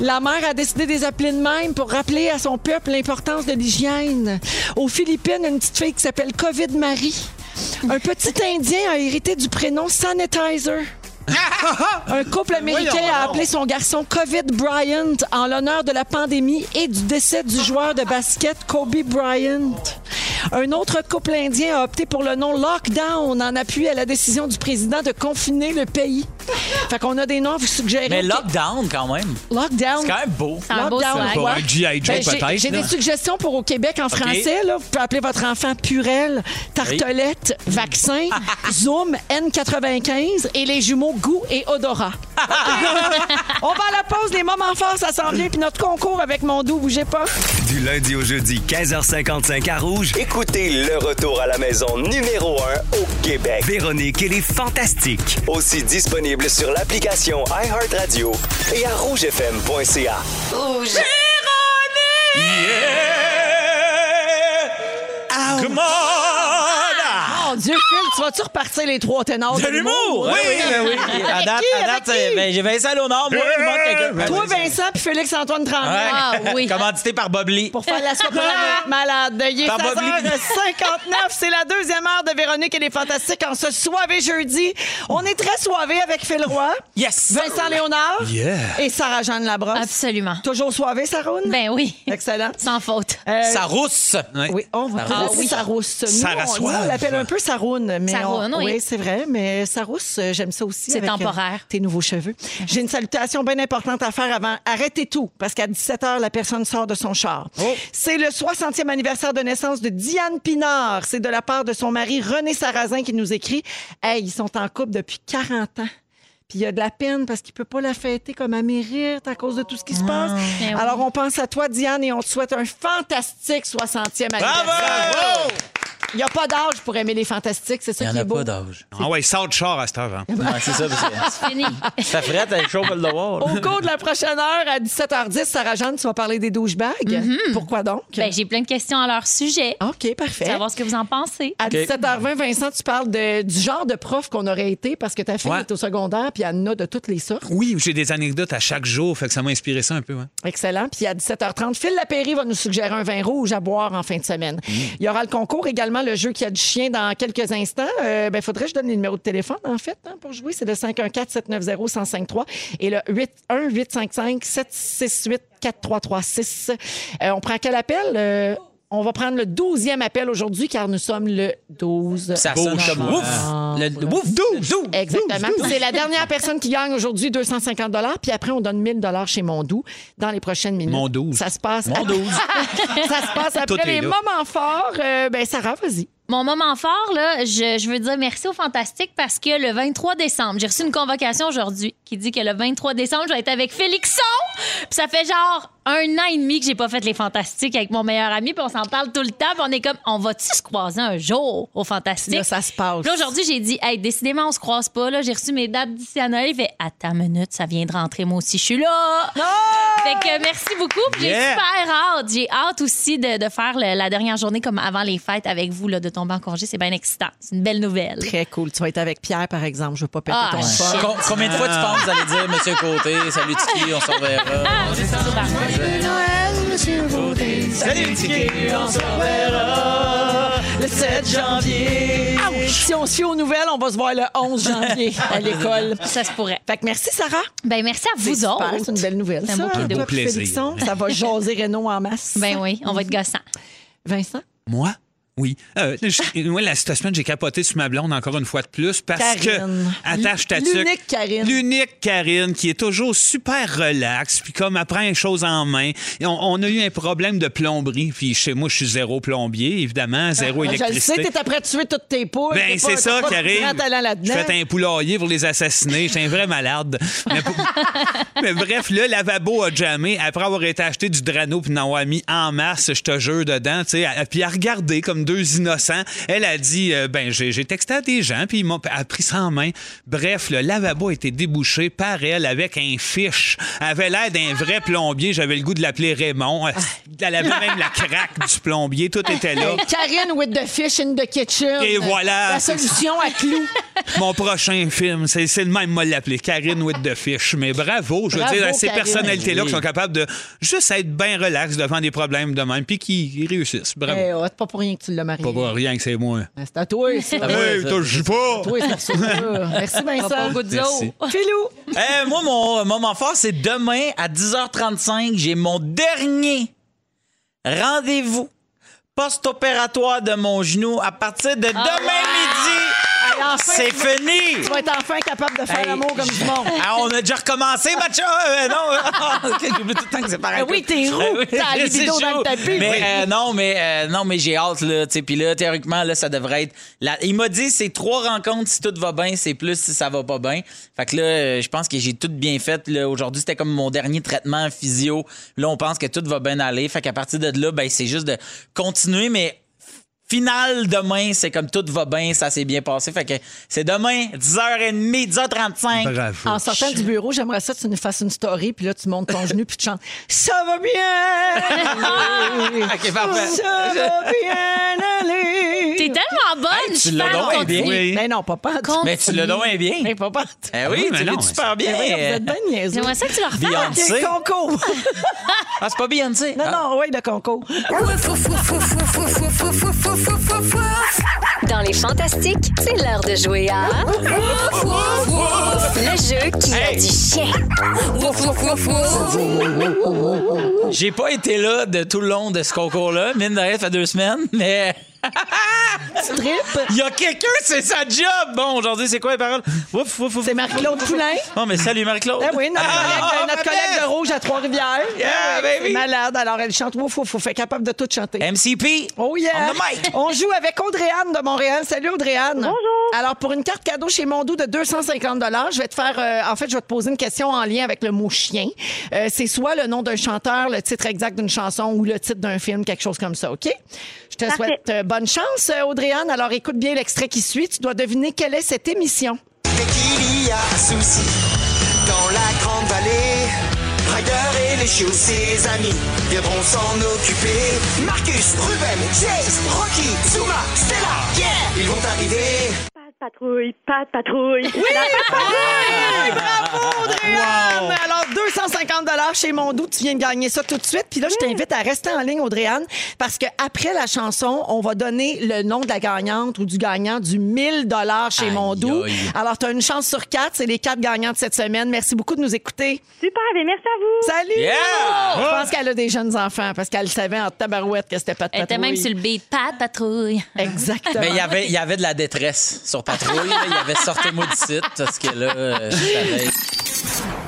Speaker 1: La mère a décidé de les appeler de même pour rappeler à son peuple l'importance de l'hygiène. Aux Philippines, une petite fille qui s'appelle Covid Marie. Un petit Indien a hérité du prénom Sanitizer. Un couple américain a appelé son garçon Covid Bryant en l'honneur de la pandémie et du décès du joueur de basket Kobe Bryant. Un autre couple indien a opté pour le nom Lockdown en appui à la décision du président de confiner le pays. Fait qu'on a des noms à vous suggérer.
Speaker 4: Mais lockdown quand même.
Speaker 1: Lockdown.
Speaker 4: C'est quand même beau.
Speaker 6: C'est un beau
Speaker 1: Lockdown,
Speaker 6: swag.
Speaker 1: ouais.
Speaker 2: un G.I. Joe,
Speaker 1: Ben, j'ai-
Speaker 2: peut-être.
Speaker 1: J'ai
Speaker 2: là.
Speaker 1: des suggestions pour au Québec en français. Là. Vous pouvez appeler votre enfant Purel, Tartelette, Vaccin, Zoom, N95 et les jumeaux Goût et Odorat. On va à la pause. Les moments forts, ça s'en vient. Puis notre concours avec mon doux, bougez pas.
Speaker 5: Du lundi au jeudi, 15h55 à Rouge.
Speaker 7: Écoutez le retour à la maison numéro 1 au Québec.
Speaker 5: Véronique et les Fantastiques.
Speaker 7: Aussi disponible sur l'application iHeartRadio et à rougefm.ca.
Speaker 2: Ah!
Speaker 4: Ah,
Speaker 1: Mon Oh, Dieu, Phil, tu vas-tu repartir les trois ténors Ah, de,
Speaker 4: Oui, ben oui. À date, à
Speaker 1: Avec
Speaker 4: date,
Speaker 1: qui?
Speaker 4: euh, ben, j'ai Vincent Léonard, moi, il manque quelqu'un.
Speaker 1: Toi, Vincent, puis Félix-Antoine Tremblay.
Speaker 4: Ouais.
Speaker 6: Ah oui.
Speaker 4: Commandité par Bob Lee.
Speaker 1: pour faire la soirée
Speaker 4: Ah!
Speaker 1: malade. Il est
Speaker 4: Par Bob
Speaker 1: 16h59. C'est la deuxième heure de Véronique et les Fantastiques en ce soivé jeudi. On est très soivé avec Phil Roy,
Speaker 4: Yes!
Speaker 1: Vincent Léonard
Speaker 2: Yeah.
Speaker 1: et Sarah-Jeanne Labrosse.
Speaker 6: Absolument.
Speaker 1: Toujours soivé, Sarah?
Speaker 6: Ben oui.
Speaker 1: Excellent.
Speaker 6: Sans faute.
Speaker 1: Euh,
Speaker 4: Ça rousse!
Speaker 2: Ouais.
Speaker 1: Oui, on va
Speaker 6: Ah
Speaker 1: ah,
Speaker 6: oui.
Speaker 1: Sarousse. Nous,
Speaker 2: Sarah
Speaker 1: on, nous, on
Speaker 2: Soave.
Speaker 1: l'appelle un peu Saroune. Mais
Speaker 6: Saroune,
Speaker 1: on-
Speaker 6: oui.
Speaker 1: c'est vrai, mais Sarousse, euh, j'aime ça aussi.
Speaker 6: C'est
Speaker 1: avec, euh,
Speaker 6: temporaire.
Speaker 1: tes nouveaux cheveux. J'ai une salutation bien importante à faire avant. Arrêtez tout, parce qu'à 17 h, la personne sort de son char. C'est le 60e anniversaire de naissance de Diane Pinard. C'est de la part de son mari René Sarrazin qui nous écrit Hey, ils sont en couple depuis 40 ans. Puis il y a de la peine parce qu'il peut pas la fêter comme à mérite à cause de tout ce
Speaker 4: Ah.
Speaker 1: qui se passe.
Speaker 6: Ben oui.
Speaker 1: Alors, on pense à toi, Diane, et on te souhaite un fantastique 60e anniversaire.
Speaker 4: Bravo!
Speaker 1: Il n'y a pas d'âge pour aimer les fantastiques, c'est
Speaker 4: Il
Speaker 1: ça
Speaker 4: n'y
Speaker 1: qui
Speaker 4: en
Speaker 1: est
Speaker 4: a
Speaker 1: beau.
Speaker 4: pas d'âge.
Speaker 2: Ah ouais, sort de char à cette heure. hein.
Speaker 4: Ouais, c'est ça, parce que
Speaker 6: Fini.
Speaker 4: ça ferait, t'as chaud pour le devoir.
Speaker 1: Au cours de la prochaine heure, à 17h10, Sarah-Jeanne, tu vas parler des douchebags. Pourquoi donc? Ah,
Speaker 6: Ben, j'ai plein de questions à leur sujet.
Speaker 1: OK, parfait.
Speaker 6: Savoir ce que vous en pensez.
Speaker 1: À
Speaker 4: OK.
Speaker 1: 17h20, Vincent, tu parles de- du genre de prof qu'on aurait été parce que ta fille
Speaker 2: Ouais.
Speaker 1: est au secondaire puis elle en a de toutes les sortes.
Speaker 2: Oui, j'ai des anecdotes à chaque jour, fait que ça m'a inspiré ça un peu. hein.
Speaker 1: Excellent. Puis à 17h30, Phil Lapéry va nous suggérer un vin rouge à boire en fin de semaine. Il y aura le concours également, le jeu qui a du chien dans quelques instants. Euh, ben, faudrait que je donne les numéros de téléphone, en fait, hein, pour jouer. C'est le 514-790-1053 et le 81855-768-4336. Euh, on prend quel appel? Euh, on va prendre le 12e appel aujourd'hui car nous sommes le 12.
Speaker 4: Ça sonne
Speaker 2: Beau
Speaker 4: comme
Speaker 2: choix.
Speaker 4: ouf! Le, le ouf! Douche!
Speaker 1: Exactement. C'est la dernière personne qui gagne aujourd'hui 250 puis après on donne 1000 chez Mondou dans les prochaines minutes.
Speaker 2: Mon douze.
Speaker 1: Ça se passe.
Speaker 4: Mon
Speaker 1: après-
Speaker 4: douze.
Speaker 1: ça se passe
Speaker 2: Tout
Speaker 1: après les
Speaker 2: est là.
Speaker 1: moments forts. Euh, ben Sarah, vas-y.
Speaker 6: Mon moment fort, là, je, je veux dire merci aux Fantastiques parce que le 23 décembre, j'ai reçu une convocation aujourd'hui qui dit que le 23 décembre, je vais être avec Félixon. Puis ça fait genre un an et demi que j'ai pas fait les fantastiques avec mon meilleur ami, puis on s'en parle tout le temps, puis on est comme on va-tu se croiser un jour au fantastique
Speaker 1: Là, ça se passe.
Speaker 6: Puis là, aujourd'hui, j'ai dit hey, décidément on se croise pas là, j'ai reçu mes dates d'ici à Noël, il fait attends une minute, ça vient de rentrer moi aussi, je suis là. Fait que merci beaucoup. puis J'ai
Speaker 2: Yeah.
Speaker 6: super hâte. J'ai hâte aussi de, de faire le- la dernière journée comme avant les fêtes avec vous, là, de tomber en congé. C'est bien excitant. C'est une belle nouvelle.
Speaker 1: Très cool. Tu vas être avec Pierre, par exemple. Je veux pas péter
Speaker 6: Ah,
Speaker 1: ton
Speaker 6: ouais.
Speaker 1: sport.
Speaker 4: Com- combien de fois tu penses d'aller dire Monsieur Côté, salut Tiki, on s'en reverra.
Speaker 1: Le 7 janvier. Si on se fie aux nouvelles, on va se voir le 11 janvier à l'école.
Speaker 6: Ça se pourrait.
Speaker 1: Fait que merci, Sarah.
Speaker 6: Ben merci à
Speaker 1: C'est
Speaker 6: vous
Speaker 1: super,
Speaker 6: autres.
Speaker 1: C'est une belle nouvelle.
Speaker 6: C'est un
Speaker 1: ça,
Speaker 6: beau cadeau.
Speaker 1: Toi,
Speaker 2: Beau
Speaker 1: puis
Speaker 2: plaisir.
Speaker 1: Félixon, ça va jaser Renault en masse.
Speaker 6: Ben oui, on va être gossant.
Speaker 1: Vincent?
Speaker 2: Moi? Oui. Euh, je- moi, la, cette semaine, j'ai capoté sur ma blonde encore une fois de plus parce
Speaker 1: Karine.
Speaker 2: que. Attache ta tuque.
Speaker 1: L'unique Karine.
Speaker 2: L'unique Karine qui est toujours super relax, puis comme elle prend les choses en main. Et on, on a eu un problème de plomberie, puis chez moi, je suis zéro plombier, évidemment, zéro
Speaker 1: Je le sais,
Speaker 2: électricité.
Speaker 1: t'es après à tuer toutes tes poules.
Speaker 2: Ben,
Speaker 1: T'es
Speaker 2: c'est
Speaker 1: pas-
Speaker 2: ça
Speaker 1: t'as
Speaker 2: qui
Speaker 1: pas de
Speaker 2: arrive.
Speaker 1: grand talent
Speaker 2: Je
Speaker 1: là-dedans.
Speaker 2: fais un poulailler pour les assassiner. J'étais un vrai malade. Mais, pour- Mais bref, le lavabo a jamais. Après avoir été acheté du drano puis n'en avoir mis en masse, je te jure, dedans. tu sais, elle- Puis elle a regardé comme deux innocents. Elle a dit euh, Ben, j'ai j'ai texté à des gens, puis ils m'ont elle a pris ça en main. Bref, le lavabo a été débouché par elle avec un fiche. Elle avait l'air d'un
Speaker 1: Ah!
Speaker 2: vrai plombier. J'avais le goût de l'appeler Raymond. Elle avait même la craque du plombier. Tout était là.
Speaker 1: Karine with the fish in the kitchen.
Speaker 2: Et voilà.
Speaker 1: La solution à clou.
Speaker 2: Mon prochain film, c'est c'est le même, moi l'appeler, Karine with the Fish. Mais bravo, je veux
Speaker 1: Bravo,
Speaker 2: dire, à ces
Speaker 1: Karine.
Speaker 2: personnalités-là qui sont capables de juste être bien relax devant des problèmes de même, puis qui réussissent. Bravo.
Speaker 1: Eh, oh, c'est pas pour rien que tu l'as marié.
Speaker 2: Pas pour rien que c'est moi.
Speaker 1: Ben, C'est à toi, ça.
Speaker 4: Ah ouais,
Speaker 2: Hey,
Speaker 4: ça-
Speaker 2: touche pas!
Speaker 1: Toi, c'est pour ça. Merci, Vincent.
Speaker 2: Merci.
Speaker 1: Filou.
Speaker 4: Eh, moi, mon moment fort, c'est demain à 10h35. J'ai mon dernier rendez-vous post-opératoire de mon genou à partir de demain midi.
Speaker 1: Allez, enfin,
Speaker 4: C'est
Speaker 1: tu vas-
Speaker 4: fini!
Speaker 1: Tu vas être enfin capable de faire
Speaker 4: Hey,
Speaker 1: l'amour comme du monde.
Speaker 4: Ah, on a déjà recommencé, Mathieu! hein? Euh, non! Ah, J'oublie tout le temps que c'est pareil.
Speaker 1: Ah oui, t'es roux.
Speaker 4: Ah oui,
Speaker 1: T'as la
Speaker 4: je sais,
Speaker 1: libido dans
Speaker 4: je suis
Speaker 1: le
Speaker 4: roux.
Speaker 1: tapis.
Speaker 4: Mais,
Speaker 1: Oui.
Speaker 4: euh, non, mais, euh, non, mais j'ai hâte, là. tu sais, Puis là, théoriquement, là, ça devrait être. la- Il m'a dit, c'est trois rencontres si tout va bien, c'est plus si ça va pas bien. Fait que là, euh, je pense que j'ai tout bien fait. là. Aujourd'hui, c'était comme mon dernier traitement physio. Là, on pense que tout va bien aller. Fait qu'à partir de là, ben, c'est juste de continuer, mais. Final demain, c'est comme tout va bien, ça s'est bien passé. Fait que c'est demain, 10h30, 10h35.
Speaker 2: Bravo.
Speaker 1: En sortant du bureau, j'aimerais ça que tu nous fasses une story, puis là, tu montes ton genou, puis tu chantes « Ça va bien!
Speaker 4: Ok, parfait.
Speaker 1: Ça va bien
Speaker 6: T'es
Speaker 1: aller!
Speaker 6: tellement bonne,
Speaker 4: tu
Speaker 6: je
Speaker 4: l'as
Speaker 6: parle
Speaker 4: donc
Speaker 6: contre-
Speaker 4: bien.
Speaker 2: Oui.
Speaker 1: Mais non, pas pantoute.
Speaker 4: Mais tu l'as donc bien.
Speaker 1: Mais pas pantoute.
Speaker 4: Eh oui,
Speaker 2: Ah Oui, mais
Speaker 4: tu
Speaker 2: non,
Speaker 4: l'as super bien.
Speaker 1: Vous êtes bien niaiseux.
Speaker 6: J'aimerais ça que tu le refasses.
Speaker 1: Le
Speaker 4: Beyoncé.
Speaker 1: concours!
Speaker 4: Ah, c'est pas Beyoncé.
Speaker 1: Non,
Speaker 4: Ah.
Speaker 1: non, oui, le concours.
Speaker 8: Dans les fantastiques, c'est l'heure de jouer à le jeu qui a du chien.
Speaker 4: J'ai pas été là de tout le long de ce concours-là. Mine de rien, ça fait deux semaines, mais.
Speaker 1: Trip,
Speaker 4: Il y a quelqu'un, c'est sa job! Bon, aujourd'hui, c'est quoi les paroles? Ouf, ouf, ouf.
Speaker 1: c'est Marie-Claude Poulain.
Speaker 4: Oh, mais salut, Marie-Claude.
Speaker 1: Eh oui, notre collègue,
Speaker 4: on
Speaker 1: notre collègue de
Speaker 4: m'appelle.
Speaker 1: Rouge à Trois-Rivières.
Speaker 4: ah, Yeah,
Speaker 1: Eh oui,
Speaker 4: baby.
Speaker 1: Malade, alors elle chante « Wouf, wouf, wouf », fait capable de tout chanter.
Speaker 4: ah, MCP.
Speaker 1: Oh yeah!
Speaker 4: On the mic.
Speaker 1: On joue avec Audrey-Anne de Montréal. Salut Audrey-Anne. Bonjour. Alors, pour une carte cadeau chez Mondou de 250 je vais te faire... euh, en fait, je vais te poser une question en lien avec le mot chien. Euh, c'est soit le nom d'un chanteur, le titre exact d'une chanson ou le titre d'un film, quelque chose comme ça, OK? Je te souhaite euh, bonne chance, euh, Audrey-Anne. Alors, écoute bien l'extrait qui suit. Tu dois deviner quelle est cette émission.
Speaker 9: Dès qu'il y a un souci dans la grande vallée, Ryder et les chiots, ses amis, viendront s'en occuper. Marcus, Ruben, Chase, Rocky, Zuma, Stella, yeah! Ils vont arriver.
Speaker 10: patrouille, pas de patrouille.
Speaker 1: Oui, bravo, Audrey-Anne! Alors, 250 chez Mondou, tu viens de gagner ça tout de suite. Puis là, je t'invite à rester en ligne, Audrey-Anne, parce qu'après la chanson, on va donner le nom de la gagnante ou du gagnant du 1000 chez
Speaker 4: Aïe,
Speaker 1: Mondou.
Speaker 4: aïe.
Speaker 1: Alors, tu as une chance sur quatre. C'est les quatre gagnants de cette semaine. Merci beaucoup de nous écouter.
Speaker 10: Super, ben merci à vous.
Speaker 1: Salut!
Speaker 4: Yeah!
Speaker 1: Je pense qu'elle a des jeunes enfants, parce qu'elle savait en tabarouette que c'était pas de
Speaker 6: Elle était même
Speaker 1: patrouille.
Speaker 6: sur le beat. Pas de patrouille.
Speaker 1: Exactement.
Speaker 4: Mais il y avait- il y avait de la détresse sur Patrouille. là. Il y avait Sortez-moi du site parce que là, euh, je savais.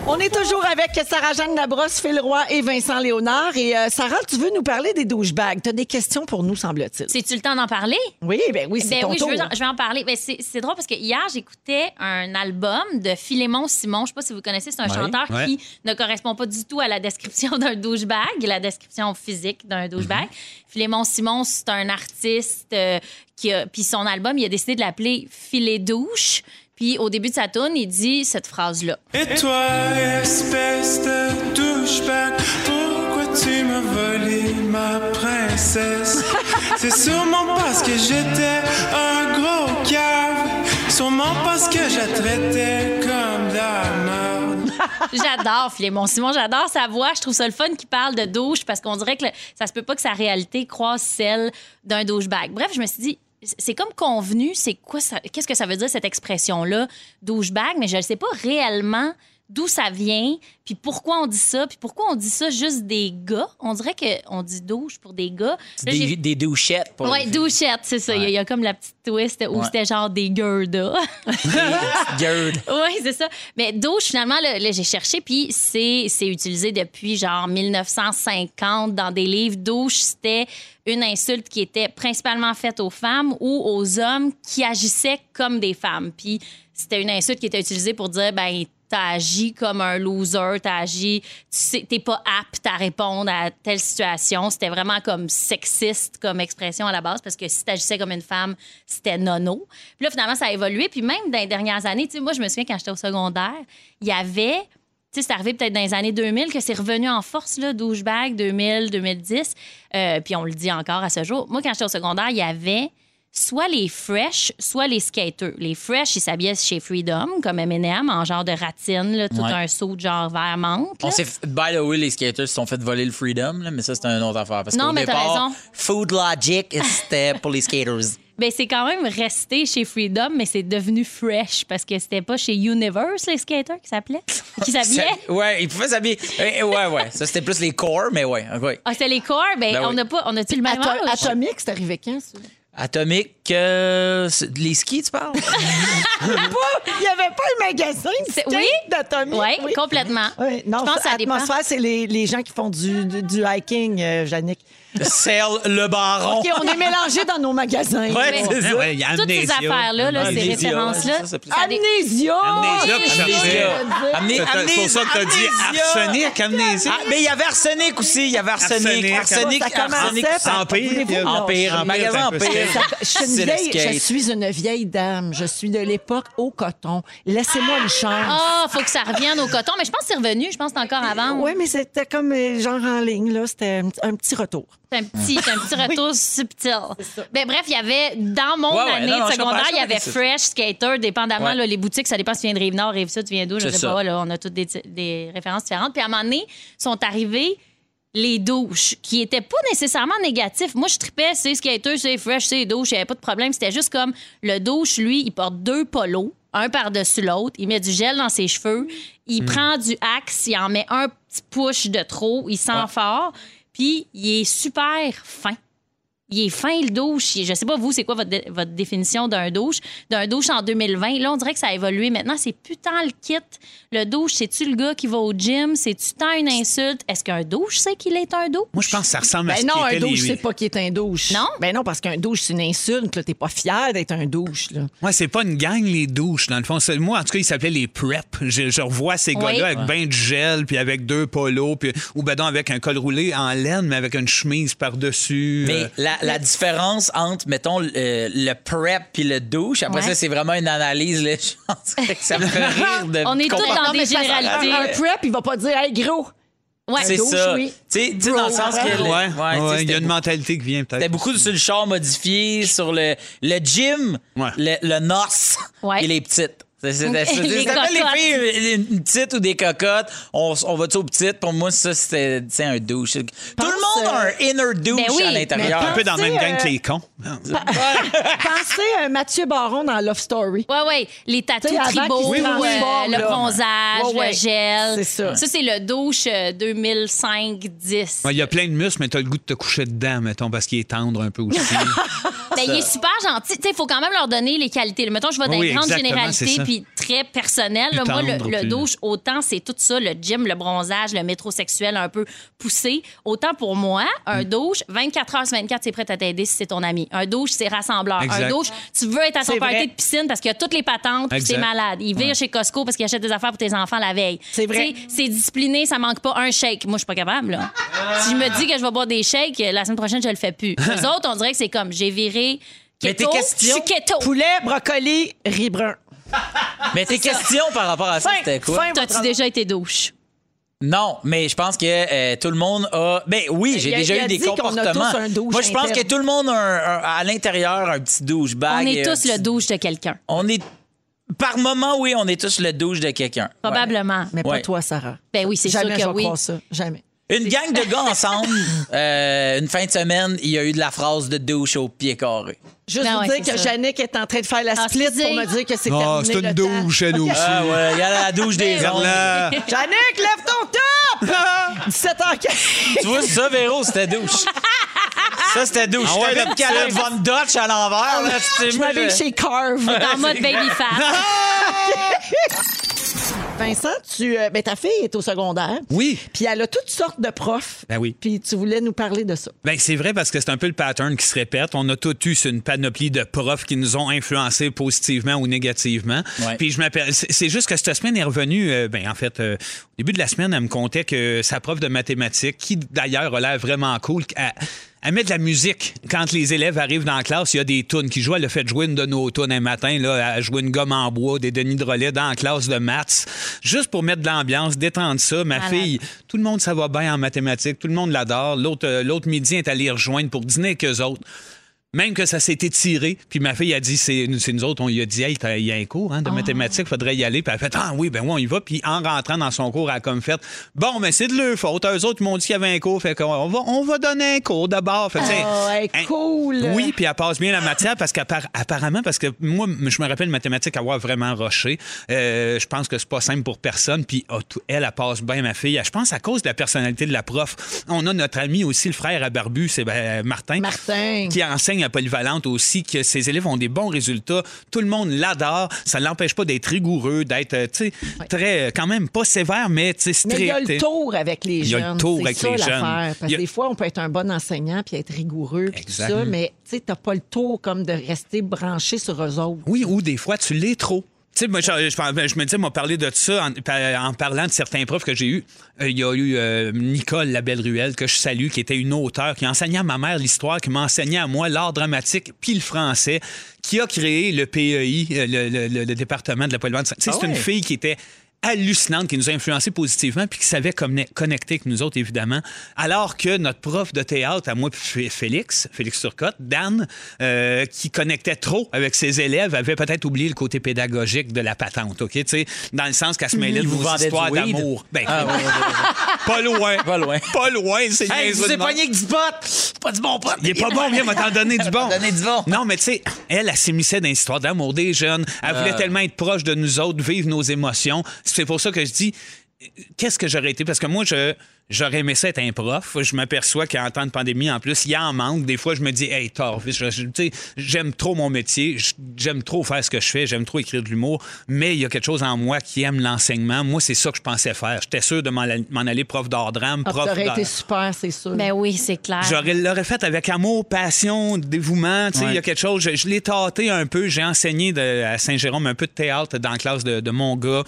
Speaker 1: On est toujours avec Sarah-Jeanne Labrosse, Phil Roy et Vincent Léonard. Et euh, Sarah, tu veux nous parler des douchebags. Tu as des questions pour nous, semble-t-il.
Speaker 6: C'est-tu le temps d'en parler?
Speaker 1: Oui, ben oui, c'est
Speaker 6: Ben
Speaker 1: ton
Speaker 6: oui,
Speaker 1: tour.
Speaker 6: Je, veux, je vais en parler. Ben, c'est c'est drôle parce que hier, j'écoutais un album de Philémon Simon. Je ne sais pas si vous connaissez, c'est un
Speaker 11: Ouais,
Speaker 6: chanteur
Speaker 11: ouais.
Speaker 6: qui ne correspond pas du tout à la description d'un douchebag, la description physique d'un douchebag.
Speaker 11: Mm-hmm.
Speaker 6: Philémon Simon, c'est un artiste euh, qui a. Puis son album, il a décidé de l'appeler Filet douche. Puis au début de sa tune, il dit cette phrase-là.
Speaker 12: Et toi, espèce de douchebag, pourquoi tu m'as volé ma princesse? C'est sûrement parce que j'étais un gros cave, sûrement parce que je la traitais comme de la merde.
Speaker 6: J'adore Philémon Simon, j'adore sa voix. Je trouve ça le fun qu'il parle de douche parce qu'on dirait que le- ça se peut pas que sa réalité croise celle d'un douchebag. Bref, je me suis dit, c'est comme convenu, c'est quoi ça, qu'est-ce que ça veut dire cette expression-là, douchebag, mais je ne sais pas réellement d'où ça vient, puis pourquoi on dit ça, puis pourquoi on dit ça juste des gars. On dirait qu'on dit douche pour des gars. Là,
Speaker 4: Des,
Speaker 6: j'ai-
Speaker 4: des douchettes pour
Speaker 6: Ouais, douchette, c'est ça. Il y a- il y, a comme la petite twist où
Speaker 4: Ouais.
Speaker 6: c'était genre des gueudas.
Speaker 4: Gird.
Speaker 6: Oui, c'est ça. Mais douche, finalement, là, là, j'ai cherché, puis c'est, c'est utilisé depuis genre 1950 dans des livres. Douche, c'était une insulte qui était principalement faite aux femmes ou aux hommes qui agissaient comme des femmes. Puis c'était une insulte qui était utilisée pour dire, ben, t'as agi comme un loser, t'as agi, tu sais, t'es pas apte à répondre à telle situation. C'était vraiment comme sexiste comme expression à la base parce que si t'agissais comme une femme, c'était nono. Puis là, finalement, ça a évolué. Puis même dans les dernières années, tu sais, moi, je me souviens quand j'étais au secondaire, il y avait tu sais, c'est arrivé peut-être dans les années 2000 que c'est revenu en force, là, douchebag, 2000, 2010. Euh, puis on le dit encore à ce jour. Moi, quand j'étais au secondaire, il y avait soit les fresh, soit les skateurs. Les fresh, ils s'habillaient chez Freedom, comme M&M, en genre de ratine, là, tout
Speaker 4: Ouais.
Speaker 6: un saut de genre vert menthe. là.
Speaker 4: On s'est f- By the way, les skaters se sont fait voler le freedom, là, mais ça, c'est une autre affaire. Parce
Speaker 6: Non,
Speaker 4: qu'au
Speaker 6: mais t'as
Speaker 4: départ,
Speaker 6: raison.
Speaker 4: Food Logic, c'était pour les skaters.
Speaker 6: Ben, c'est quand même resté chez Freedom, mais c'est devenu fresh parce que c'était pas chez Universe, les skateurs, qui s'appelaient, qui s'habillaient.
Speaker 4: Ça- Ouais, ils pouvaient s'habiller. Ouais, ouais, ouais. Ça, c'était plus les corps, mais ouais. ouais.
Speaker 6: Ah, c'était les corps? Ben,
Speaker 4: Ben
Speaker 6: on
Speaker 4: oui.
Speaker 6: n'a pas, on a-tu le même
Speaker 1: Ato-
Speaker 6: âge?
Speaker 1: Atomique, c'est arrivé quand, ça?
Speaker 4: Atomique, euh, c'est- les skis, tu parles?
Speaker 1: Il n'y avait pas le magazine
Speaker 6: C'est-
Speaker 1: skate
Speaker 6: oui.
Speaker 1: d'Atomique.
Speaker 6: Ouais, complètement.
Speaker 1: Oui, Non,
Speaker 6: Je pense que
Speaker 1: ça,
Speaker 6: ça dépend.
Speaker 1: Atmosphère, c'est les, les gens qui font du, du, du hiking, euh, Yannick.
Speaker 4: Serle le baron.
Speaker 1: OK, on est mélangés dans nos magasins.
Speaker 4: Ouais, c'est ça. Ouais, il y a
Speaker 6: Toutes ces
Speaker 4: Amnésia.
Speaker 6: affaires-là, là, ces
Speaker 4: Amnésia,
Speaker 6: références-là.
Speaker 4: ouais, ça, c'est-
Speaker 6: ça dé-
Speaker 1: Amnésia!
Speaker 2: Amnésia que je
Speaker 4: Oh,
Speaker 2: cherchais.
Speaker 4: Amné-
Speaker 2: C'est- C'est pour ça que t'as dit
Speaker 4: amnésia.
Speaker 2: arsenic, amnésie.
Speaker 4: Ah, mais il y avait arsenic aussi, il y avait arsenic. Arsenic, arsenic,
Speaker 2: Arsenic, Empire.
Speaker 4: Empire, en magasin
Speaker 2: c'est un peu
Speaker 4: Empire.
Speaker 2: ça.
Speaker 1: Je suis, une
Speaker 4: C'est le
Speaker 1: vieille,
Speaker 4: skate.
Speaker 1: je suis une vieille dame. Je suis de l'époque au coton. Laissez-moi une chance.
Speaker 6: Ah, faut que ça revienne au coton. Mais je pense que c'est revenu. Je pense que c'est encore avant.
Speaker 1: Oui, Ah mais c'était comme euh, genre en ligne, là. C'était un, petit- un petit retour.
Speaker 6: C'est un petit, c'est un petit retour subtil. Ben, bref, il y avait, dans mon
Speaker 1: Ouais, ouais,
Speaker 6: année
Speaker 1: non, non,
Speaker 6: de
Speaker 1: je comprends,
Speaker 6: secondaire,
Speaker 1: je
Speaker 6: il y avait
Speaker 1: comprends.
Speaker 6: Fresh, Skater, dépendamment,
Speaker 1: Ouais.
Speaker 6: là, les boutiques, ça dépend si tu viens de Rive-Nord, Rive-Sud, tu viens d'où, je
Speaker 11: C'est
Speaker 6: sais
Speaker 11: ça.
Speaker 6: pas, là, on a toutes des, des références différentes. Puis à un moment donné, sont arrivés les douches, qui étaient pas nécessairement négatifs. Moi, je tripais, c'est Skater, c'est Fresh, c'est douche, il n'y avait pas de problème. C'était juste comme, le douche, lui, il porte deux polos, un par-dessus l'autre, il met du gel dans ses cheveux, il
Speaker 11: Mm.
Speaker 6: prend du axe, il en met un petit push de trop, il sent fort, puis il est super fin. Il est fin, le douche. Il- Je sais pas, vous, c'est quoi votre, dé- votre définition d'un douche? D'un douche en 2020, là, on dirait que ça a évolué. Maintenant, c'est putain le kit. Le douche, c'est-tu le gars qui va au gym? C'est-tu tant une insulte? Est-ce qu'un douche sait qu'il est un douche?
Speaker 2: Moi, je pense que ça ressemble à ce
Speaker 1: Ben non,
Speaker 2: qui
Speaker 1: un
Speaker 2: était
Speaker 1: douche,
Speaker 2: les-
Speaker 1: c'est pas qui est un douche. Non? Ben non, parce qu'un douche, c'est une insulte. là. T'es pas fier d'être un douche, là.
Speaker 2: Ouais, c'est pas une gang, les douches, dans le fond. C'est- Moi, en tout cas, ils s'appelaient les prep. Je, je revois ces
Speaker 1: Oui.
Speaker 2: gars-là avec
Speaker 1: Ouais.
Speaker 2: ben du gel, puis avec deux polos, puis, ou ben non, avec un col roulé en laine, mais avec une chemise par-dessus.
Speaker 4: Mais
Speaker 2: euh.
Speaker 4: la, la différence entre, mettons, le, le prep puis le douche, après
Speaker 2: Ouais.
Speaker 4: ça, c'est vraiment une analyse. Là, Je pense que ça me fait rire de
Speaker 6: On est tous
Speaker 4: comprendre.
Speaker 6: dans des
Speaker 1: mais c'est parce qu'un-
Speaker 6: généralités.
Speaker 2: Ah,
Speaker 1: Un prep, il va pas dire, hey, gros.
Speaker 6: Ouais.
Speaker 4: C'est
Speaker 1: Un douche,
Speaker 4: ça.
Speaker 1: oui.
Speaker 4: Tu sais- tu sais, dans le sens que. le-
Speaker 2: Ouais,
Speaker 4: tu sais,
Speaker 2: ouais, il y a
Speaker 4: c'était
Speaker 2: une
Speaker 4: beaucoup-
Speaker 2: mentalité qui vient peut-être.
Speaker 4: C'était beaucoup sur le char modifié, sur le, le gym, le, le Norse et les petites. C'est- C'était ça.
Speaker 2: Les
Speaker 4: C'était
Speaker 2: cocottes.
Speaker 4: les filles, euh, une- une petite ou des cocottes. On, s- on va-tu aux petites? Pour moi, ça, c'était tu sais, un douche. Tout le monde a un inner douche
Speaker 1: Ben oui,
Speaker 4: à l'intérieur.
Speaker 1: mais Un peu dans la même pensez, gang que euh, les
Speaker 2: cons.
Speaker 1: Pensez à Mathieu Baron dans Love Story.
Speaker 6: Ouais, ouais. Les tatous
Speaker 1: T'sais, avant
Speaker 6: tribaux,
Speaker 1: qu'ils se
Speaker 6: euh,
Speaker 1: transforment,
Speaker 6: le
Speaker 1: là.
Speaker 6: bronzage,
Speaker 1: Ouais, ouais.
Speaker 6: le gel.
Speaker 1: C'est ça.
Speaker 6: Ça, c'est le douche euh, 2005-10.
Speaker 2: Ouais, Il y a plein de muscles, mais t'as le goût de te coucher dedans, mettons, parce qu'il est tendre un peu aussi.
Speaker 6: Ben, il est super gentil. Tu sais, il faut quand même leur donner les qualités. Mettons, je vais dans
Speaker 2: Oui,
Speaker 6: les grandes
Speaker 2: exactement, c'est
Speaker 6: généralités,
Speaker 2: ça.
Speaker 6: puis très personnel. là.
Speaker 11: Plus
Speaker 6: moi, le,
Speaker 11: tendre,
Speaker 6: le
Speaker 11: plus-
Speaker 6: douche, autant c'est tout ça, le gym, le bronzage, le métrosexuel un peu poussé. Autant pour moi,
Speaker 2: Mm.
Speaker 6: un douche, 24 heures sur 24, c'est prêt à t'aider si c'est ton ami. Un douche, c'est rassembleur.
Speaker 11: Exact.
Speaker 6: Un douche, tu veux être à ton
Speaker 11: C'est
Speaker 6: party
Speaker 11: vrai.
Speaker 6: de piscine parce qu'il y a toutes les patentes, puis
Speaker 11: Exact.
Speaker 6: c'est malade. Il vire
Speaker 11: Ouais.
Speaker 6: chez Costco parce qu'il achète des affaires pour tes enfants la veille. C'est
Speaker 11: vrai.
Speaker 6: C'est discipliné, ça manque pas un shake. Moi, je suis pas capable, là. Si je me dis que je vais boire des shakes, euh, la semaine prochaine, je le fais plus. Les autres, on dirait que c'est comme, j'ai viré
Speaker 4: Mais
Speaker 6: keto,
Speaker 4: tes questions-
Speaker 6: je suis keto.
Speaker 1: Poulet, brocoli, riz brun.
Speaker 4: Mais tes questions par rapport à ça, c'était quoi?
Speaker 6: T'as-tu déjà été douche?
Speaker 4: Non, mais je pense que euh, tout le monde a. Ben oui, j'ai
Speaker 6: Euh, Il a-
Speaker 4: déjà
Speaker 6: il a
Speaker 4: eu des
Speaker 6: dit qu'on a
Speaker 4: comportements.
Speaker 6: tous un douche
Speaker 4: Moi, je pense
Speaker 6: interne.
Speaker 4: que tout le monde a un- un- à l'intérieur un petit douche
Speaker 6: On
Speaker 4: bag.
Speaker 6: est tous le douche de quelqu'un.
Speaker 4: On est par moment, oui, on est tous le douche de quelqu'un.
Speaker 6: Probablement.
Speaker 4: Mais pas Ouais. toi,
Speaker 1: Sarah.
Speaker 6: Ben oui, c'est sûr
Speaker 1: Jamais je
Speaker 6: que
Speaker 1: vais
Speaker 6: oui.
Speaker 1: croire ça. Jamais.
Speaker 4: Une gang de gars ensemble, euh, une fin de semaine, il y a eu de la phrase de douche au pied carré.
Speaker 1: Juste
Speaker 6: Ben
Speaker 1: vous
Speaker 6: ouais,
Speaker 1: dire
Speaker 6: c'est
Speaker 1: que
Speaker 6: ça.
Speaker 1: Yannick est en train de faire la
Speaker 6: Ah,
Speaker 1: split
Speaker 6: excusez.
Speaker 1: pour me dire que c'est
Speaker 2: Ah,
Speaker 1: terminé.
Speaker 2: c'est une
Speaker 1: le
Speaker 2: douche,
Speaker 1: temps.
Speaker 2: elle aussi.
Speaker 4: Ah ouais, regarde la douche
Speaker 6: Ben
Speaker 4: des
Speaker 2: Regarde
Speaker 4: ondes.
Speaker 2: là.
Speaker 1: Yannick, lève ton top! 17 ans.
Speaker 4: Tu vois, ça, Véro, c'était douche. Ça, c'était douche.
Speaker 2: Ah ouais,
Speaker 4: J'étais
Speaker 2: ben,
Speaker 4: avec Caleb
Speaker 2: c'est-
Speaker 4: Von Dutch à l'envers. là, c'était-
Speaker 1: Je
Speaker 4: moi,
Speaker 1: m'habille
Speaker 4: je-
Speaker 1: chez Carve.
Speaker 6: En mode baby
Speaker 1: Vincent, tu, euh, ben, ta fille est au secondaire.
Speaker 2: Oui.
Speaker 1: Puis elle a toutes sortes de profs.
Speaker 2: Ben oui.
Speaker 1: Puis tu voulais nous parler de ça.
Speaker 2: Ben, c'est vrai parce que c'est un peu le pattern qui se répète. On a tous eu une panoplie de profs qui nous ont influencés positivement ou négativement.
Speaker 4: Ouais.
Speaker 2: Puis je m'appelle. C'est c'est juste que cette semaine est revenue. euh, ben, en fait, euh, au début de la semaine, elle me contait que sa prof de mathématiques, qui d'ailleurs a l'air vraiment cool, elle, elle met de la musique. Quand les élèves arrivent dans la classe, il y a des tunes qui jouent. Elle a fait jouer une de nos tunes un matin. Là, elle jouait une gomme en bois, des Denis de relais dans la classe de maths, juste pour mettre de l'ambiance, détendre ça. Ma
Speaker 6: Malade.
Speaker 2: fille, tout le monde, ça va bien en mathématiques. Tout le monde l'adore. L'autre euh, l'autre midi est allé rejoindre pour dîner avec eux autres. Même que ça s'est étiré, puis ma fille a dit, c'est nous, c'est nous autres, on lui a dit, hey, t'as- il y a un cours
Speaker 1: Ah.
Speaker 2: hein, de mathématiques, faudrait y aller. Puis elle a fait, ah oui, ben oui, on y va. Puis en rentrant dans son cours, elle a comme fait, bon, mais c'est de leur faute. Eux autres, ils m'ont dit qu'il y avait un cours, fait qu'on va, on va donner un cours d'abord. Fait que, tu sais,
Speaker 1: Oh, hey,
Speaker 2: hein,
Speaker 1: cool.
Speaker 2: oui, puis elle passe bien la matière parce qu'apparemment, parce que moi, m- je me rappelle mathématiques avoir vraiment roché. Euh, je pense que c'est pas simple pour personne. Puis ah, tout- elle, elle passe bien ma fille. Je pense à cause de la personnalité de la prof. On a notre ami aussi, le frère à Barbu, c'est ben, Martin.
Speaker 1: Martin.
Speaker 2: Qui enseigne à Polyvalente aussi, que ses élèves ont des bons résultats. Tout le monde l'adore. Ça ne l'empêche pas d'être rigoureux, d'être, euh, tu sais, très, euh, quand même pas sévère, mais, tu sais,
Speaker 1: Mais
Speaker 2: strict.
Speaker 1: il y a le tour avec les jeunes.
Speaker 2: Il y a le tour
Speaker 1: C'est
Speaker 2: avec
Speaker 1: ça,
Speaker 2: les jeunes.
Speaker 1: l'affaire. Parce
Speaker 2: Il y
Speaker 1: que
Speaker 2: a-
Speaker 1: des fois, on peut être un bon enseignant puis être rigoureux puis tout
Speaker 2: Exact.
Speaker 1: ça,
Speaker 2: Mm.
Speaker 1: mais tu sais, t'as pas le tour comme de rester branché sur eux autres.
Speaker 2: Oui, ou des fois, tu l'es trop. Tu sais, moi, je, je- je me disais, moi, parler de ça en, par- en parlant de certains profs que j'ai eus. Euh, Il y a eu euh, Nicole Labelle-Ruel, que je salue, qui était une auteure, qui enseignait à ma mère l'histoire, qui m'enseignait à moi l'art dramatique, puis le français, qui a créé le PEI, euh, le, le- le- le département de la Polyvalente. Tu sais,
Speaker 4: Ah
Speaker 2: c'est une
Speaker 4: ouais.
Speaker 2: fille qui était hallucinante, qui nous a influencés positivement, puis qui savait conne- connecter avec nous autres, évidemment. Alors que notre prof de théâtre, à moi, F- Félix, Félix Turcotte, Dan, euh, qui connectait trop avec ses élèves, avait peut-être oublié le côté pédagogique de la patente, OK? Tu sais, dans le sens qu'à se mêlait de
Speaker 4: Mhm. Il vous
Speaker 2: vos
Speaker 4: vendait du
Speaker 2: histoires
Speaker 4: weed?
Speaker 2: d'amour. Ben,
Speaker 4: Ah, ouais, ouais, ouais,
Speaker 2: pas loin.
Speaker 4: Pas loin.
Speaker 2: Pas loin, c'est
Speaker 4: Hey,
Speaker 2: niaiseux
Speaker 4: vous
Speaker 2: de
Speaker 4: êtes
Speaker 2: même.
Speaker 4: pogné avec du pot! C'est Pas du bon pot!
Speaker 2: Il est pas bon, viens, m'a t'en donner du bon.
Speaker 4: Donner du bon.
Speaker 2: Non, mais tu sais, elle, elle s'émissait dans l'histoire d'amour des jeunes. Elle voulait
Speaker 4: Euh.
Speaker 2: tellement être proche de nous autres, vivre nos émotions. C'est pour ça que je dis, euh, qu'est-ce que j'aurais été? Parce que moi, je, j'aurais aimé ça être un prof. Je m'aperçois qu'en temps de pandémie, en plus, il y en manque. Des fois, je me dis, hey, tort, je- je- tu sais, j'aime trop mon métier, j- j'aime trop faire ce que je fais, j'aime trop écrire de l'humour, mais il y a quelque chose en moi qui aime l'enseignement. Moi, c'est ça que je pensais faire. J'étais sûr de m'en aller- m'en aller prof d'art drame,
Speaker 1: Ah,
Speaker 2: prof
Speaker 1: t'aurais
Speaker 2: d'art-
Speaker 1: été super, c'est sûr.
Speaker 6: Ben oui, c'est clair.
Speaker 2: J'aurais l'aurais fait avec amour, passion, dévouement. Tu sais, Il y a quelque chose. Je, je l'ai tâté un peu. J'ai enseigné de- à Saint-Jérôme un peu de théâtre dans la classe de, de mon gars.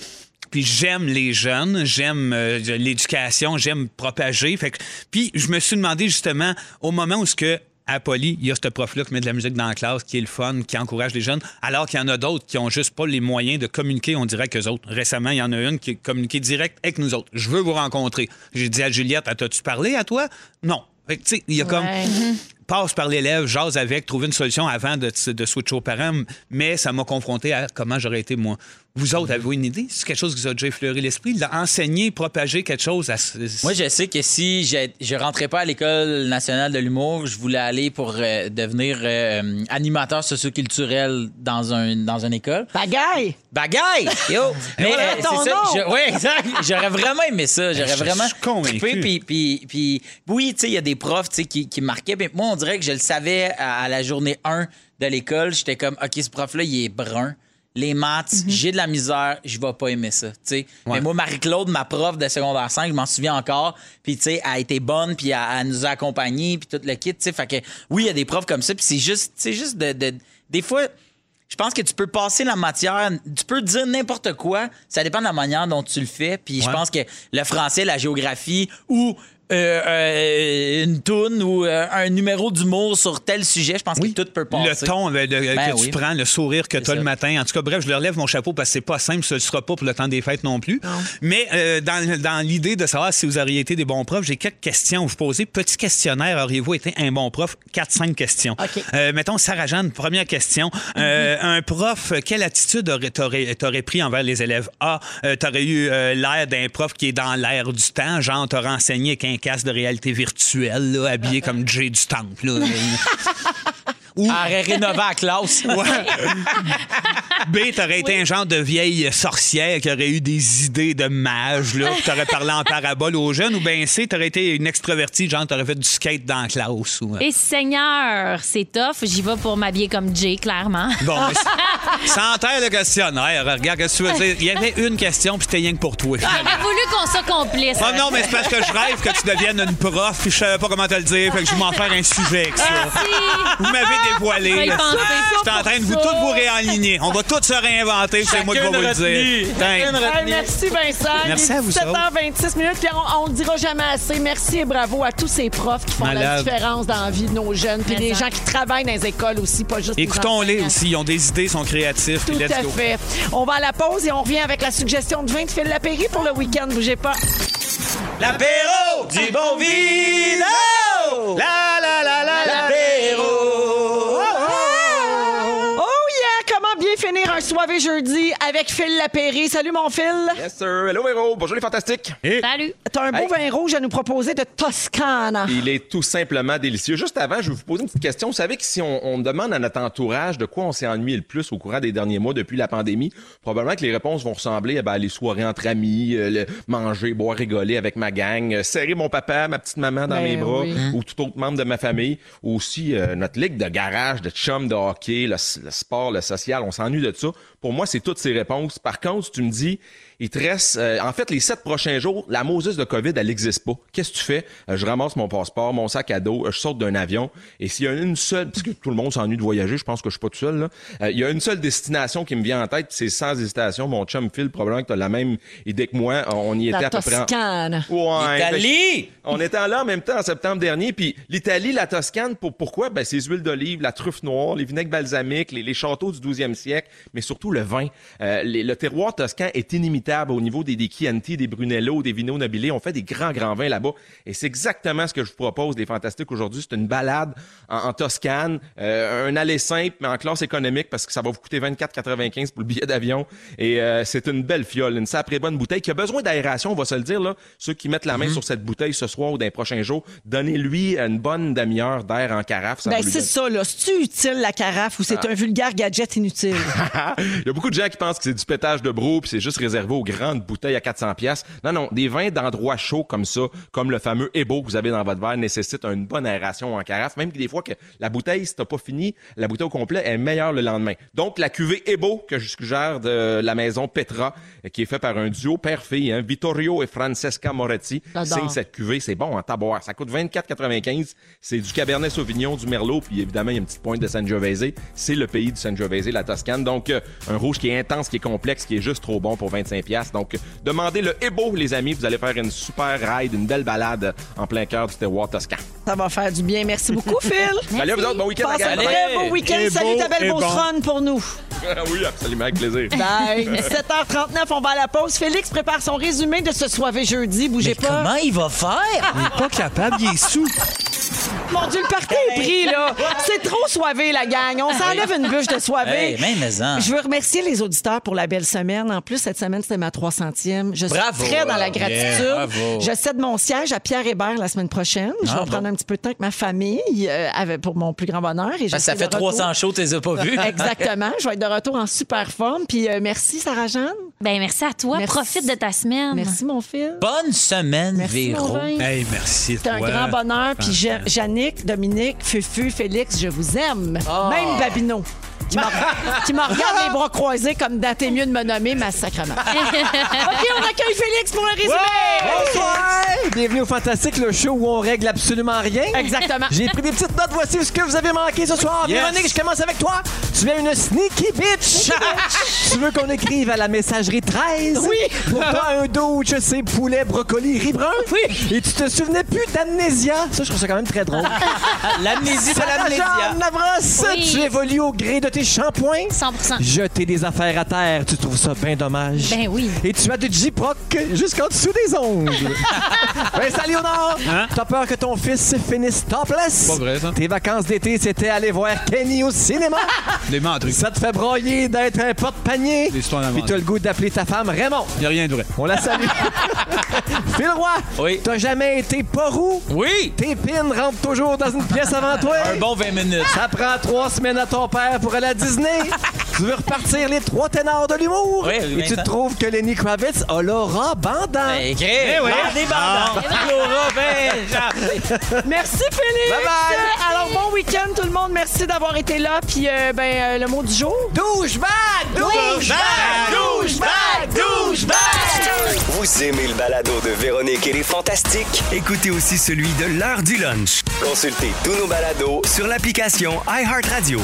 Speaker 2: Puis j'aime les jeunes, j'aime euh, l'éducation, j'aime propager. Fait que, puis je me suis demandé justement au moment où ce que à Poly, il y a ce prof-là qui met de la musique dans la classe, qui est le fun, qui encourage les jeunes, alors qu'il y en a d'autres qui ont juste pas les moyens de communiquer, on dirait qu'eux autres. Récemment, il y en a une qui a communiqué direct avec nous autres. Je veux vous rencontrer. J'ai dit à Juliette, Ah, t'as-tu parlé à toi? Non. Fait que, tu sais, il y a comme. Passe par l'élève, jase avec, trouver une solution avant de, de switcher aux parents, mais ça m'a confronté à comment j'aurais été moi. Vous autres, avez-vous une idée? C'est quelque chose qui vous a déjà effleuré l'esprit? Enseigner, propager quelque chose à.
Speaker 4: Moi, je sais que si j'ai- je rentrais pas à l'École nationale de l'humour, je voulais aller pour euh, devenir euh, animateur socioculturel dans, un, dans une école.
Speaker 1: Bagaille!
Speaker 4: Bagaille! Yo! Mais
Speaker 1: voilà
Speaker 4: euh,
Speaker 1: ton
Speaker 4: c'est ça.
Speaker 1: nom!
Speaker 4: je- oui, exact. J'aurais vraiment aimé ça.
Speaker 2: Ben, je
Speaker 4: J'aurais vraiment.
Speaker 2: suis convaincu.
Speaker 4: trippé, Puis, puis, puis, oui, tu sais, il y a des profs tu sais, qui, qui marquaient. Mais moi, on dirait que je le savais à, à la journée 1 de l'école. J'étais comme, OK, ce prof-là, il est brun. les maths, j'ai de la misère, je vais pas aimer ça. tu sais. Mais moi, Marie-Claude, ma prof de secondaire 5, je m'en souviens encore. Puis, tu sais, elle a été bonne, puis elle, elle nous a accompagnés, puis tout le kit. tu sais. Fait que, oui, il y a des profs comme ça, puis c'est juste, c'est juste de, de- Des fois, je pense que tu peux passer la matière, tu peux dire n'importe quoi, ça dépend de la manière dont tu le fais. Puis, je pense que le français, la géographie ou. euh, euh, une toune ou euh, un numéro d'humour sur tel sujet, je pense que tout peut passer.
Speaker 2: Le ton euh, de-
Speaker 4: Ben
Speaker 2: que
Speaker 4: oui.
Speaker 2: tu prends, le sourire que tu as le matin. En tout cas, bref, je leur lève mon chapeau parce que c'est pas simple, ce ne sera pas pour le temps des fêtes non plus. Mais euh, dans, dans l'idée de savoir si vous auriez été des bons profs, j'ai quelques questions à vous poser. Petit questionnaire, auriez-vous été un bon prof? 4-5 questions. Euh, mettons, Sarah-Jeanne, première question. Euh,
Speaker 4: Mhm.
Speaker 2: Un prof, quelle attitude aurait- t'aurais t'aurais pris envers les élèves? A, euh, t'aurais eu euh, l'air d'un prof qui est dans l'air du temps, genre t'aurais enseigné avec un casque de réalité virtuelle, là, habillé comme Jay du Temple. là. Ou...
Speaker 4: Aurait rénové la classe.
Speaker 2: B, t'aurais été un genre de vieille sorcière qui aurait eu des idées de mage, là, puis t'aurais parlé en parabole aux jeunes, ou bien C, t'aurais été une extrovertie, genre t'aurais fait du skate dans la classe. Ou... euh.
Speaker 6: Et Seigneur, c'est tough. J'y vais pour m'habiller comme Jay, clairement.
Speaker 2: Bon, mais c'est- sans taire le questionnaire, regarde, qu'est-ce que tu veux dire? Il y avait une question, puis c'était rien que pour toi.
Speaker 4: Ah,
Speaker 6: J'aurais voulu qu'on s'accomplisse.
Speaker 2: Ah non, mais c'est parce que je rêve que tu deviennes une prof, puis je savais pas comment te le dire, fait que je vais m'en faire un sujet avec ça.
Speaker 4: Ah,
Speaker 2: Vous m'avez
Speaker 3: Je vais
Speaker 2: dévoilé.
Speaker 3: y
Speaker 2: là.
Speaker 3: penser.
Speaker 2: Je suis en train de vous tous vous réaligner. On va tous se réinventer, c'est moi qui vais vous le
Speaker 4: retenue.
Speaker 2: dire. Thank.
Speaker 1: Hey, merci Vincent.
Speaker 2: Merci à vous autres.
Speaker 1: 7h26 minutes, puis on ne le dira jamais assez. Merci et bravo à tous ces profs qui font la
Speaker 2: Malade.
Speaker 1: différence dans la vie de nos jeunes, puis les gens qui travaillent dans les écoles aussi, pas juste les
Speaker 2: Écoutons-les aussi, ils ont des idées, ils sont créatifs, puis
Speaker 1: Tout
Speaker 2: let's
Speaker 1: à
Speaker 2: go.
Speaker 1: fait. On va à la pause et on revient avec la suggestion de vin de Phil Lapéry pour le week-end. Bougez pas.
Speaker 4: L'apéro du bon vino!
Speaker 2: La la la la
Speaker 4: l'apéro!
Speaker 1: Oh yeah! Comment bien finir un soirée jeudi avec Phil Lapéry. Salut mon Phil.
Speaker 11: Yes, sir. Hello, Véro. Bonjour, les fantastiques.
Speaker 6: Salut.
Speaker 1: T'as un beau vin rouge à nous proposer de Toscane.
Speaker 11: Il est tout simplement délicieux. Juste avant, je vais vous poser une petite question. Vous savez que si on, on demande à notre entourage de quoi on s'est ennuyé le plus au courant des derniers mois depuis la pandémie, probablement que les réponses vont ressembler à ben, les soirées entre amis, euh, le manger, boire, rigoler avec ma gang, euh, serrer mon papa, ma petite maman dans
Speaker 13: Ben
Speaker 11: mes bras,
Speaker 13: oui.
Speaker 11: ou tout autre membre de ma famille, ou aussi euh, notre ligue de garage, de chum, de hockey, le, le sport, le social, on s'ennuie de ça. Pour moi, c'est toutes ces réponses. Par contre, si tu me dis, il te reste, euh, en fait, les sept prochains jours, la Moses de COVID, elle n'existe pas. Qu'est-ce que tu fais? Euh, je ramasse mon passeport, mon sac à dos, euh, je saute d'un avion. Et s'il y a une seule, parce que tout le monde s'ennuie de voyager, je pense que je suis pas tout seul, là. Euh, il y a une seule destination qui me vient en tête, puis c'est sans hésitation. Mon chum Phil, probablement que tu as la même idée que moi. On y
Speaker 1: La
Speaker 11: était à peu près en-
Speaker 1: Toscane.
Speaker 11: Ouais,
Speaker 4: L'Italie!
Speaker 11: ben, On était là en même temps en septembre dernier. Puis l'Italie, la Toscane, pour, pourquoi? Ben, ces huiles d'olive, la truffe noire, les vinaigres balsamiques, les, les châteaux du 12e siècle, mais surtout le vin. Euh, les- le terroir toscan est inimitable au niveau des, des Chianti, des Brunello, des Vino Nobili. On fait des grands, grands vins là-bas. Et c'est exactement ce que je vous propose des Fantastiques aujourd'hui. C'est une balade en, en Toscane, euh, un aller simple, mais en classe économique parce que ça va vous coûter 24,95 pour le billet d'avion. Et euh, c'est une belle fiole, une sacrée bonne bouteille qui a besoin d'aération, on va se le dire. Là. Ceux qui mettent la main sur cette bouteille ce soir ou dans les prochains jours, donnez-lui une bonne demi-heure d'air en carafe. Ça
Speaker 1: Ben,
Speaker 11: va lui
Speaker 1: c'est
Speaker 11: donner-
Speaker 1: ça, là. C'est-tu utile, la carafe, ou c'est
Speaker 11: Ah.
Speaker 1: un vulgaire gadget inutile?
Speaker 11: Il y a beaucoup de gens qui pensent que c'est du pétage de brou puis c'est juste réservé aux grandes bouteilles à 400 pièces. Non non, des vins d'endroits chauds comme ça, comme le fameux Ebo que vous avez dans votre verre nécessite une bonne aération en carafe, même que des fois que la bouteille si t'as pas fini, la bouteille au complet est meilleure le lendemain. Donc la cuvée Ebo que je suggère de la maison Petra qui est faite par un duo père-fille hein, Vittorio et Francesca Moretti.
Speaker 14: J'adore.
Speaker 11: Signe cette cuvée, c'est bon en taboire. Ça coûte 24,95. C'est du Cabernet Sauvignon, du Merlot, puis évidemment, il y a une petite pointe de Sangiovese. C'est le pays du Sangiovese, la Toscane. Donc, euh, un rouge qui est intense, qui est complexe, qui est juste trop bon pour 25$. Donc, euh, demandez le Ebo, les amis. Vous allez faire une super ride, une belle balade euh, en plein cœur du terroir toscan.
Speaker 1: Ça va faire du bien. Merci beaucoup, Phil.
Speaker 11: Salut à Ben vous autres. Bon week-end,
Speaker 1: Passe
Speaker 11: la
Speaker 1: un
Speaker 11: gang.
Speaker 1: très
Speaker 11: Bye.
Speaker 1: beau week-end.
Speaker 11: Et
Speaker 1: Salut
Speaker 11: beau
Speaker 1: ta belle
Speaker 11: et
Speaker 1: beauceronne pour nous.
Speaker 11: Ah oui, absolument, avec plaisir.
Speaker 1: Bye. 7h39, on va à la pause. Félix prépare son résumé de ce soirée jeudi. Bougez pas.
Speaker 4: Comment il va faire?
Speaker 2: Il est pas capable, il est sous.
Speaker 1: Mon Dieu, le parti est pris, là. C'est trop soivé, la gang. On s'enlève une bûche de soivé.
Speaker 4: Hey, mais, mais en.
Speaker 1: Je veux remercier les auditeurs pour la belle semaine. En plus, cette semaine, c'était ma 300e. Je
Speaker 4: Bravo.
Speaker 1: suis très dans la
Speaker 4: Bravo.
Speaker 1: gratitude.
Speaker 4: Yeah, bravo.
Speaker 1: Je cède mon siège à Pierre Hébert la semaine prochaine. Je
Speaker 4: Ah,
Speaker 1: vais
Speaker 4: bon.
Speaker 1: prendre un petit peu de temps avec ma famille euh, avec- pour mon plus grand bonheur. Et je
Speaker 4: Parce que Ben, ça
Speaker 1: suis
Speaker 4: fait
Speaker 1: de retour.
Speaker 4: 300 shows, tu les as pas vus.
Speaker 1: Exactement. Je vais être de retour en super forme. Puis euh, merci, Sarah-Jeanne.
Speaker 6: Ben, merci à toi. Profite de ta semaine.
Speaker 1: Merci, mon fils.
Speaker 4: Bonne semaine, Véro.
Speaker 1: Maureen.
Speaker 2: Hey, merci.
Speaker 1: C'est un
Speaker 2: toi.
Speaker 1: grand bonheur. Puis
Speaker 2: Fantastique.
Speaker 4: Oh.
Speaker 1: j'aime Yannick, Dominique, Fufu, Félix, je vous aime. Même Babino. qui me qui me regarde les bras croisés comme dater mieux de me nommer massacrement. OK, on accueille Félix pour le résumé.
Speaker 13: Bonsoir! Bienvenue au Fantastique, le show où on règle absolument rien.
Speaker 1: Exactement.
Speaker 13: J'ai pris des petites notes, voici ce que vous avez manqué ce soir.
Speaker 1: Yes.
Speaker 13: Véronique, je commence avec toi. Tu es une sneaky bitch. tu veux qu'on écrive à la messagerie 13?
Speaker 1: Oui.
Speaker 13: Pour toi, un dos, je sais, poulet, brocoli, riz brun. Oui. Et tu te souvenais plus d'amnésia. Ça, je trouve ça quand même très drôle.
Speaker 4: L'amnésie, hein. c'est
Speaker 13: Sarah
Speaker 4: l'amnésia.
Speaker 13: Jeanne Navras,
Speaker 4: Oui.
Speaker 13: tu évolues au gré de tes shampoings.
Speaker 6: 100
Speaker 13: Jeter des affaires à terre, tu trouves ça bien dommage.
Speaker 6: Ben oui.
Speaker 13: Et tu as du J-Proc jusqu'en dessous des ongles. Vincent Léonard, t'as peur que ton fils finisse topless?
Speaker 2: Hein? Pas vrai, ça.
Speaker 13: Tes vacances d'été, c'était aller voir Kenny au cinéma.
Speaker 2: Des menteries.
Speaker 13: ça te fait broyer d'être un porte-panier.
Speaker 2: Des histoires
Speaker 13: Puis t'as le goût d'appeler ta femme Raymond.
Speaker 2: Il n'y a rien de vrai.
Speaker 13: On la salue. Phil Roy, t'as jamais été pas roux.
Speaker 4: Oui.
Speaker 13: Tes pins rentrent toujours dans une pièce avant toi.
Speaker 4: Un bon 20 minutes.
Speaker 13: Ça prend trois semaines à ton père pour aller à Disney. tu veux repartir les trois ténors de l'humour.
Speaker 4: Oui, oui,
Speaker 13: Et tu
Speaker 4: Vincent. Ben,
Speaker 13: trouves que Lenny Kravitz a l'aura bandant.
Speaker 4: Écrit.
Speaker 2: Eh
Speaker 4: Des
Speaker 2: Ah.
Speaker 4: bandes. Laura, ben, genre.
Speaker 1: Merci Félix.
Speaker 4: Bye bye.
Speaker 1: Euh, Alors bon week-end tout le monde. Merci d'avoir été là. Puis euh, ben euh, le mot du jour.
Speaker 13: Douche bag,
Speaker 1: douche
Speaker 13: douche bag, douche
Speaker 7: Vous aimez le balado de Véronique et les Fantastiques?
Speaker 5: Écoutez aussi celui de l'heure du lunch.
Speaker 7: Consultez tous nos balados
Speaker 5: Sur l'application iHeartRadio.